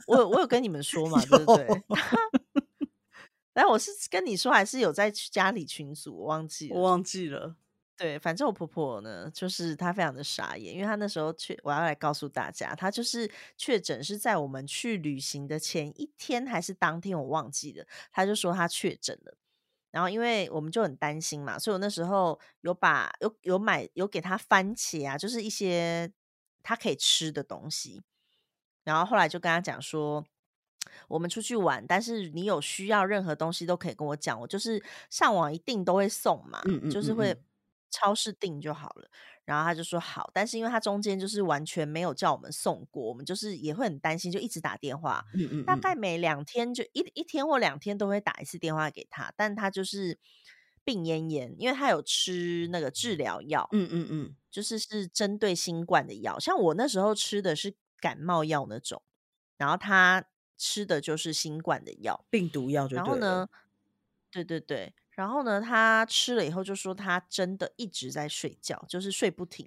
B: 我有我有跟你们说嘛，对不对？ 但我是跟你说，还是有在去家里群组，我忘记
A: 我
B: 了。
A: 忘记了，
B: 对，反正我婆婆呢，就是她非常的傻眼，因为她那时候确，我要来告诉大家，她就是确诊是在我们去旅行的前一天还是当天，我忘记了，她就说她确诊了。然后因为我们就很担心嘛，所以我那时候有把有有买有给她番茄啊，就是一些她可以吃的东西。然后后来就跟她讲说，我们出去玩，但是你有需要任何东西都可以跟我讲，我就是上网一定都会送嘛，
A: 嗯嗯
B: 就是
A: 嗯
B: 会
A: 嗯
B: 超市订就好了。然后他就说好，但是因为他中间就是完全没有叫我们送过，我们就是也会很担心，就一直打电话，
A: 嗯嗯
B: 大概
A: 嗯，
B: 每两天就一一天或两天都会打一次电话给他，但他就是病恹恹，因为他有吃那个治疗药，
A: 嗯嗯嗯，
B: 就是是针对新冠的药，像我那时候吃的是感冒药那种，然后他吃的就是新冠的药，
A: 病毒药就
B: 然后
A: 对了，
B: 呢，对对对，然后呢，他吃了以后就说他真的一直在睡觉，就是睡不停，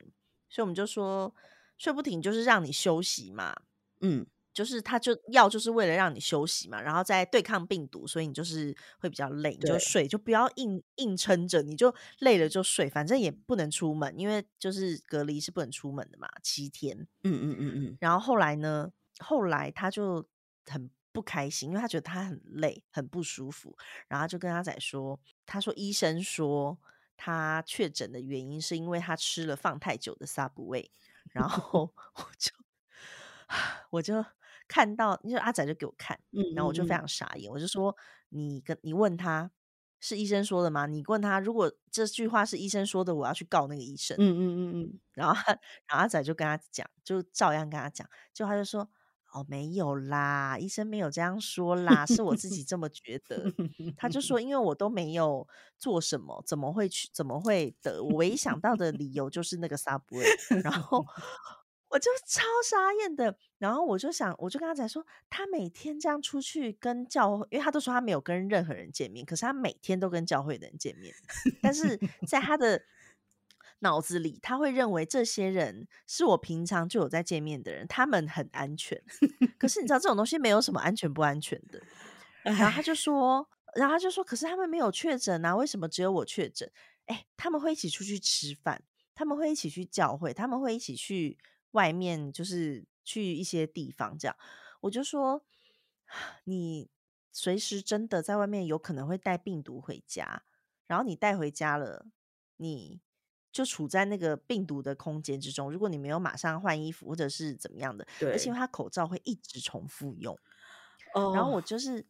B: 所以我们就说睡不停就是让你休息嘛，
A: 嗯，
B: 就是他就药就是为了让你休息嘛，然后再对抗病毒，所以你就是会比较累，你就
A: 对
B: 睡，就不要硬硬撑着，你就累了就睡，反正也不能出门，因为就是隔离是不能出门的嘛，七天。
A: 嗯嗯嗯嗯，
B: 然后后来呢，后来他就很不开心，因为他觉得他很累，很不舒服，然后他就跟他仔说，他说医生说他确诊的原因是因为他吃了放太久的 Subway，然后我就我就看到，你说阿仔就给我看，
A: 嗯
B: 然后我就非
A: 嗯嗯
B: 常傻眼，我就说你跟你问他是医生说的吗？你问他如果这句话是医生说的，我要去告那个医生。
A: 嗯嗯嗯嗯，
B: 然后 他，然后阿仔就跟他讲，就照样跟他讲，就他就说。哦，没有啦，医生没有这样说啦，是我自己这么觉得。他就说，因为我都没有做什么，怎么会去，怎么会得？我唯一想到的理由就是那个 Subway，然后我就超傻眼的。然后我就想，我就跟他讲说，他每天这样出去跟教会，因为他都说他没有跟任何人见面，可是他每天都跟教会的人见面，但是在他的。脑子里，他会认为这些人是我平常就有在见面的人，他们很安全。可是你知道这种东西没有什么安全不安全的，然后他
A: 哎，
B: 就说，然后他就说，可是他们没有确诊啊，为什么只有我确诊？哎，他们会一起出去吃饭，他们会一起去教会，他们会一起去外面，就是去一些地方这样。我就说， 你随时真的在外面有可能会带病毒回家，然后你带回家了，你。就处在那个病毒的空间之中，如果你没有马上换衣服或者是怎么样的，而且
A: 对，
B: 他口罩会一直重复用，然后
A: 哦，
B: 我就是，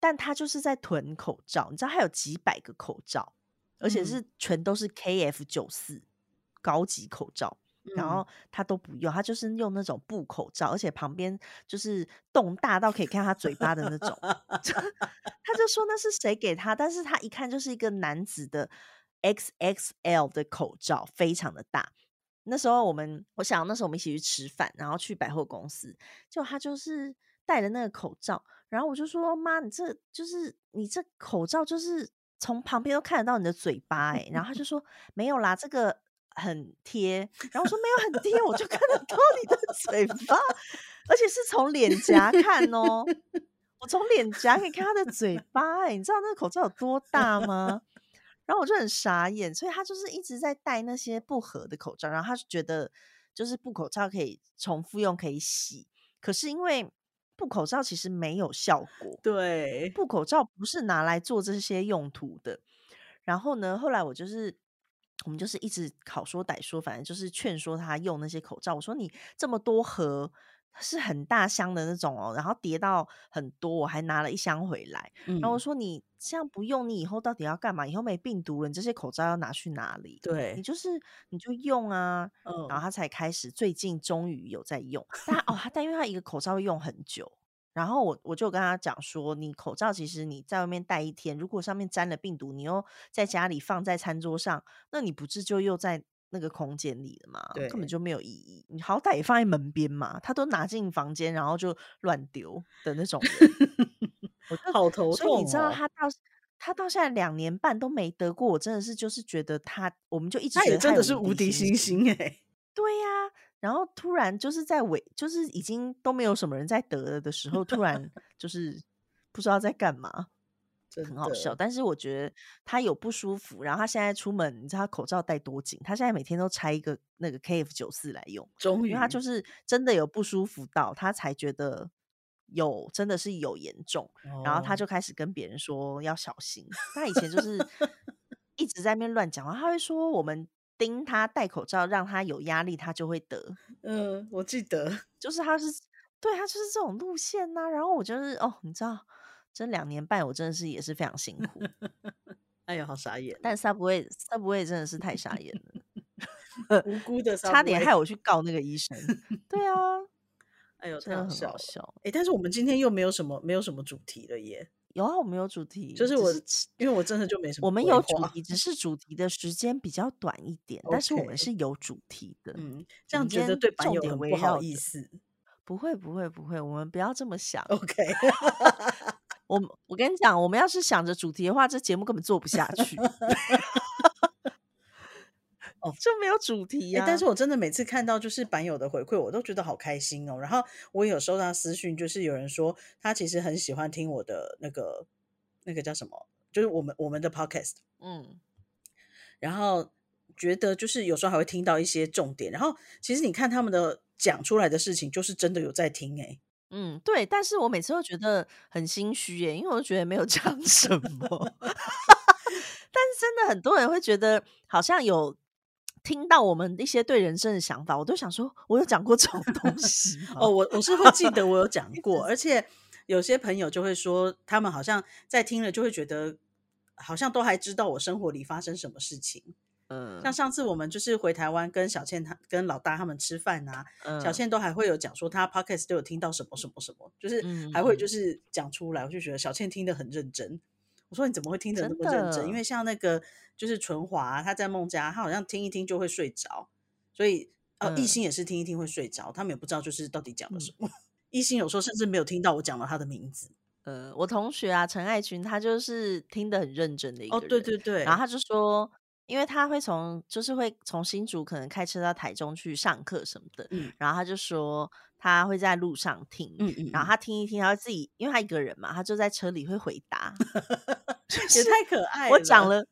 B: 但他就是在囤口罩，你知道他有几百个口罩，而且
A: 嗯
B: 是全都是 KF 九四高级口罩，然
A: 嗯
B: 后他都不用，他就是用那种布口罩，而且旁边就是洞大到可以看他嘴巴的那种。 他就说那是谁给他，但是他一看就是一个男子的 XXL 的口罩，非常的大。那时候我们，我想那时候我们一起去吃饭，然后去百货公司，就他就是戴了那个口罩，然后我就说妈，你这就是你这口罩就是从旁边都看得到你的嘴巴哎、然后他就说没有啦，这个很贴，然后我说没有很贴，我就看得到你的嘴巴，而且是从脸颊看哦，我从脸颊可以看他的嘴巴、欸，你知道那个口罩有多大吗？然后我就很傻眼，所以他就是一直在戴那些不合的口罩，然后他就觉得就是布口罩可以重复用，可以洗，可是因为布口罩其实没有效果，
A: 对，
B: 布口罩不是拿来做这些用途的。然后呢，后来我就是我们就是一直好说歹说，反正就是劝说他用那些口罩。我说你这么多盒是很大箱的那种哦，然后叠到很多，我还拿了一箱回来。然后我
A: 嗯，
B: 说你这样不用，你以后到底要干嘛？以后没病毒了，你这些口罩要拿去哪里？你
A: 对，
B: 就是你就用啊。然
A: 嗯，
B: 后他才开始，最近终于有在用。但他哦，他但因为他一个口罩会用很久，然后我我就跟他讲说，你口罩其实你在外面戴一天，如果上面沾了病毒，你又在家里放在餐桌上，那你不是就又在那个空间里了吗？根本
A: 对，
B: 就没有意义。你好歹也放在门边嘛，他都拿进房间，然后就乱丢的那种人。我就
A: 好头
B: 所以你
A: 痛
B: 知道
A: 哦。
B: 他到他到现在两年半都没得过，我真的是就是觉得他，我们就一直
A: 他
B: 觉
A: 也
B: 得
A: 真
B: 他
A: 的
B: 有
A: 是
B: 无
A: 无
B: 敌
A: 敌
B: 星
A: 星
B: 星。
A: 星哎、
B: 对呀、然后突然就是在尾，就是已经都没有什么人在得了的时候，突然就是不知道在干嘛，
A: 真
B: 很好笑。
A: 的，
B: 但是我觉得他有不舒服，然后他现在出门，你知道他口罩戴多紧，他现在每天都拆一个那个 KF 九四来用，
A: 终
B: 因为他就
A: 于，
B: 是真的有不舒服到，他才觉得有真的是有严重，然后他
A: 哦，
B: 就开始跟别人说要小心。他以前就是一直在那边乱讲话，他会说我们盯他戴口罩，让他有压力，他就会得。
A: 嗯，我记得，
B: 就是他是对他就是这种路线呐、然后我就是哦，你知道，这两年半我真的是也是非常辛苦，
A: 哎呀，好傻眼哦，
B: 但 Subway Subway 真的是太傻眼 了，
A: 无辜的
B: 哦差点害
A: Subway，
B: 我去告那个医生。对 啊，
A: 哎呦，
B: 真
A: 太
B: 的
A: 好
B: 很
A: 笑
B: 好
A: 了。
B: 笑。
A: 哎、但是我们今天又没有什么没有什么主题了耶，
B: 有啊，我们有主题，
A: 就是
B: 只
A: 我
B: 是吃
A: 因为我真的就没什
B: 我
A: 么
B: 们
A: 规
B: 有主
A: 划。
B: 题，只是主题的时间比较短一点，但是我们
A: OK，
B: 是有主题的。
A: 嗯，这
B: 我
A: 样
B: 们今
A: 觉得
B: 天
A: 对版
B: 重
A: 友
B: 点
A: 很不
B: 围
A: 好
B: 绕
A: 意
B: 着，
A: 思。
B: 不会不会不会，我们不要这么想。
A: OK，
B: 我们我跟你讲，我们要是想着主题的话，这节目根本做不下去，
A: 哦，
B: 就没有主题
A: 哎、
B: 呀、
A: 但是我真的每次看到就是版友的回馈，我都觉得好开心哦。然后我也有收到私讯，就是有人说他其实很喜欢听我的那个那个叫什么，就是我们我们的 podcast，
B: 嗯，
A: 然后觉得就是有时候还会听到一些重点。然后其实你看他们的讲出来的事情，就是真的有在听哎、
B: 嗯，对，但是我每次都觉得很心虚耶，因为我就觉得没 有讲什 么，但是真的很多人会觉得好像有听到我们一些对人生的想法，我都想说，我有讲过这种 东西
A: 哦，我我是会记得我有 讲过，而且有些朋友就会说，他们好像在听了就会觉得，好像都还知道我生活里发生什么事情。
B: 嗯
A: 像上次我们就是回台湾跟小倩她跟老大他们吃饭啊，
B: 嗯
A: 小倩都还会有讲说她 podcast 都有听到什么什么什么，就是
B: 嗯
A: 还会
B: 嗯
A: 就是讲出来，我就觉得小倩听得很认真。我说你怎么会听得那
B: 真
A: 么认真？因
B: 的
A: 为像那个就是纯华啊、她在孟加，她好像听一听就会睡着，所以呃，艺
B: 嗯
A: 兴也是听一听会睡着，他们也不知道就是到底讲了什么。艺兴有时候甚至没有听到我讲了他的名字。
B: 呃，我同学啊，陈爱群，他就是听得很认真的一个
A: 哦，
B: 人。
A: 对对对，
B: 然后他就说，因为他会从就是会从新竹可能开车到台中去上课什么的，
A: 嗯
B: 然后他就说他会在路上听，
A: 嗯嗯，
B: 然后
A: 嗯
B: 他听一听，他会自己，因为他一个人嘛，他就在车里会回答。就
A: 也
B: 是
A: 太可爱了。
B: 我讲了，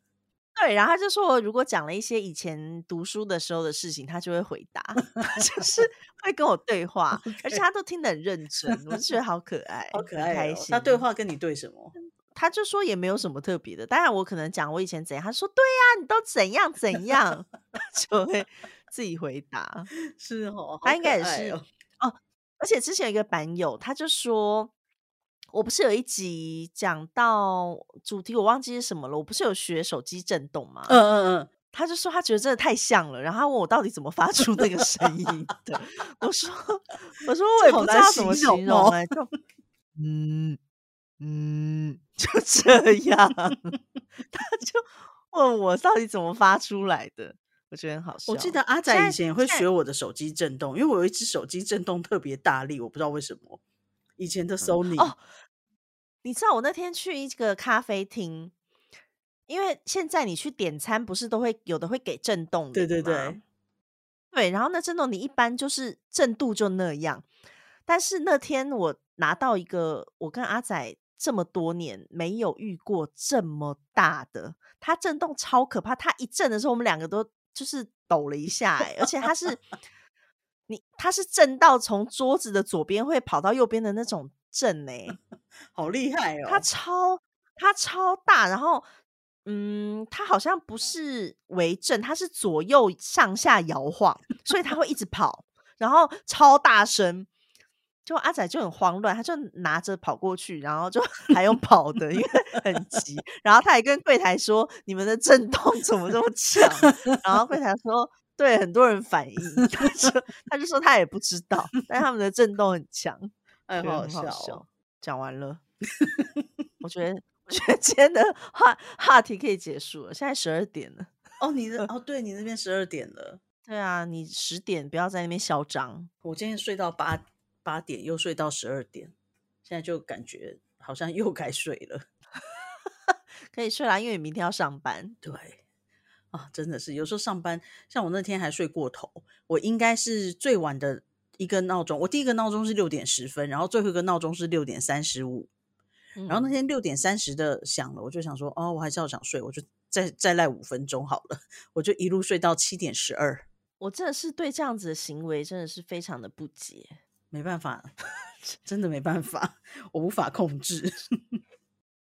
B: 对，然后他就说我如果讲了一些以前读书的时候的事情，他就会回答， 就是会跟我对话，而且他都听得很认真，我就觉得好可爱，
A: 好可
B: 很
A: 爱
B: 开
A: 哦。
B: 心。
A: 他对话跟你对什么？
B: 他就说也没有什么特别的，当然我可能讲我以前怎样，他说对啊呀、你都怎样怎样， 就会自己回答。
A: 是哦，
B: 他
A: 好
B: 应
A: 可
B: 该也
A: 爱
B: 是
A: 哦
B: 而且之前有一个版友，他就说，我不是有一集讲到主题，我忘记是什么了，我不是有学手机震动吗？
A: 嗯嗯 嗯，
B: 他就说他觉得真的太像了，然后他问我到底怎么发出那个声音的，我说我说我
A: 这
B: 也
A: 好
B: 不知
A: 难
B: 道怎么
A: 形容
B: 形容
A: 哦
B: 哎、就嗯嗯，就这样， 他就问我到底怎么发出来的，我觉得很好笑。
A: 我记得阿
B: 现
A: 仔
B: 在
A: 以前也会
B: 现在
A: 学我的手机震动，因为我有一只手机震动特别大力，我不知道为什么。以前的 Sony，、
B: 哦，你知道我那天去一个咖啡厅，因为现在你去点餐不是都会有的会给震动
A: 对对
B: 铃吗
A: 对，
B: 对，然后那震动你一般就是震度就那样，但是那天我拿到一个，我跟阿仔这么多年没有遇过这么大的，它震动超可怕，它一震的时候我们两个都就是抖了一下、欸，而且它 是你它是震到从桌子的左边会跑到右边的那种震欸呢、
A: 好厉害
B: 它
A: 哦！
B: 超它超大，然后嗯，它好像不是为正，它是左右上下摇晃，所以它会一直跑，然后超大声。就阿仔就很慌乱，他就拿着跑过去，然后就 还用跑的，因为很急。然后他还跟柜台说：“你们的震动怎么这么强？”然后柜台说：“对，很多人反映。” 他说：“他就说他也不知道，但他们的震动很强。”
A: 哎，
B: 觉得
A: 好
B: 很
A: 笑、
B: 好
A: 哦。
B: 笑。讲完了， 我觉得我觉得今天的话话题可以结束了，现在十二点了。
A: 哦，你
B: 嗯
A: 的哦，对你那边十二点了，
B: 对啊，你十点不要在那边嚣张。
A: 我今天睡到八八点，又睡到十二点，现在就感觉好像又该睡了。
B: 可以睡啦，因为你明天要上班。
A: 对，啊，真的是有时候上班，像我那天还睡过头，我应该是最晚的一个闹钟，我第一个闹钟是六点十分，然后最后一个闹钟是六点三十五，然后那
B: 嗯
A: 天六点三十的响了，我就想说，哦，我还是要想睡，我就再再赖五分钟好了，我就一路睡到七点十二，
B: 我真的是对这样子的行为真的是非常的不解。
A: 没办法，真的没办法，我无法控制。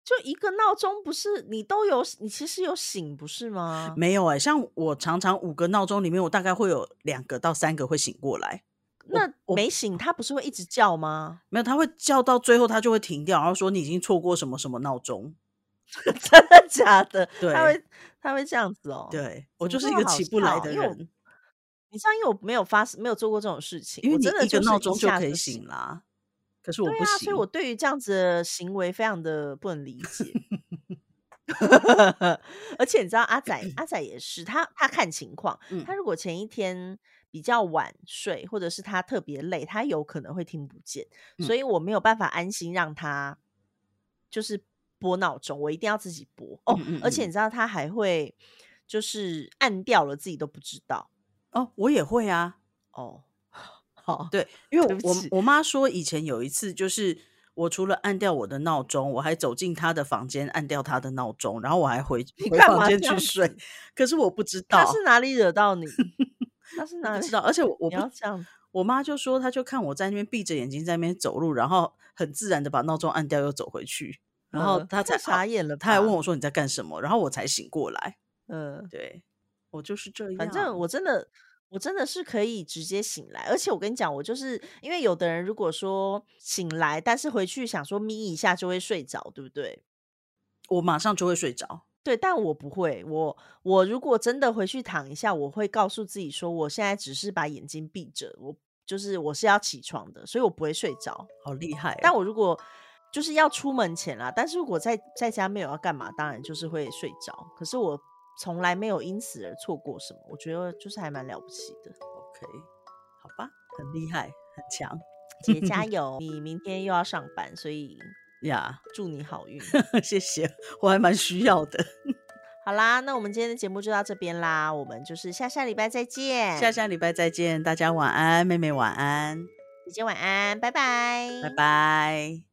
B: 就一个闹钟不是你都有，你其实有醒不是吗？
A: 没有哎、像我常常五个闹钟里面，我大概会有两个到三个会醒过来，
B: 那
A: 我
B: 没醒，它不是会一直叫吗？
A: 没有，他会叫到最后，他就会停掉，然后说你已经错过什么什么闹钟。
B: 真的假的？
A: 对
B: 它会它会这样子哦。，
A: 对我
B: 怎
A: 就
B: 么
A: 是
B: 这
A: 一
B: 么
A: 个
B: 好
A: 起不来
B: 笑
A: 的
B: 因为我
A: 人，
B: 你知道，因为我没有发生没有做过这种事情，
A: 因为
B: 我
A: 你
B: 真的
A: 一个
B: 就是
A: 闹钟就
B: 下
A: 可以
B: 醒
A: 醒啦。可是我
B: 对
A: 不
B: 啊，
A: 行，
B: 所以我对于这样子的行为非常的不能理解。 而且你知道阿仔，阿仔也是，他他看情况，
A: 嗯
B: 他如果前一天比较晚睡，或者是他特别累，他有可能会听不见，
A: 嗯
B: 所以我没有办法安心让他就是拨闹钟，我一定要自己拨哦。
A: 嗯嗯
B: 而且
A: 嗯
B: 你知道他还会就是按掉了自己都不知道
A: 哦，我也会啊，
B: 哦。好，
A: 对，因
B: 对
A: 为
B: 不
A: 我
B: 起
A: 我妈说以前有一次，就是我除了按掉我的闹钟，我还走进她的房间按掉她的闹钟，然后我还回回
B: 干
A: 房
B: 嘛
A: 间
B: 这
A: 去
B: 样
A: 睡
B: 子。
A: 可是我不知道，
B: 他是哪里 惹到你？他是
A: 我
B: 哪
A: 不
B: 里
A: 知道，而且我我
B: 你
A: 不
B: 要这样子
A: 我妈就说，她就看我在那边闭着眼睛在那边走路，然后很自然的把闹钟按掉又走回去，然后
B: 嗯
A: 她
B: 太
A: 才
B: 傻眼了吧。
A: 她还问我说你在干什么，然后我才醒过来。
B: 嗯，
A: 对，我我就是这样。
B: 反正我真的，我真的是可以直接醒来，而且我跟你讲，我就是因为有的人如果说醒来，但是回去想说眯一下就会睡着，对不对？
A: 我马上就会睡着。
B: 对，但我不会，我我如果真的回去躺一下，我会告诉自己说，我现在只是把眼睛闭着，我就是我是要起床的，所以我不会睡着。
A: 好厉害、哦！
B: 但我如果就是要出门前啦，但是如果在在家没有要干嘛，当然就是会睡着。可是我从来没有因此而错过什么，我觉得就是还蛮了不起的。
A: OK，好吧，很厉害，很强。
B: 姐 加油！你明天又要上班，所以
A: 呀
B: 祝你好运。
A: 谢谢，我还蛮需要的。
B: 好啦，那我们今天的节目就到这边啦，我们就是下下礼拜再见。
A: 下下礼拜再见，大家晚安，妹妹晚安，
B: 姐姐晚安，拜拜，
A: 拜拜。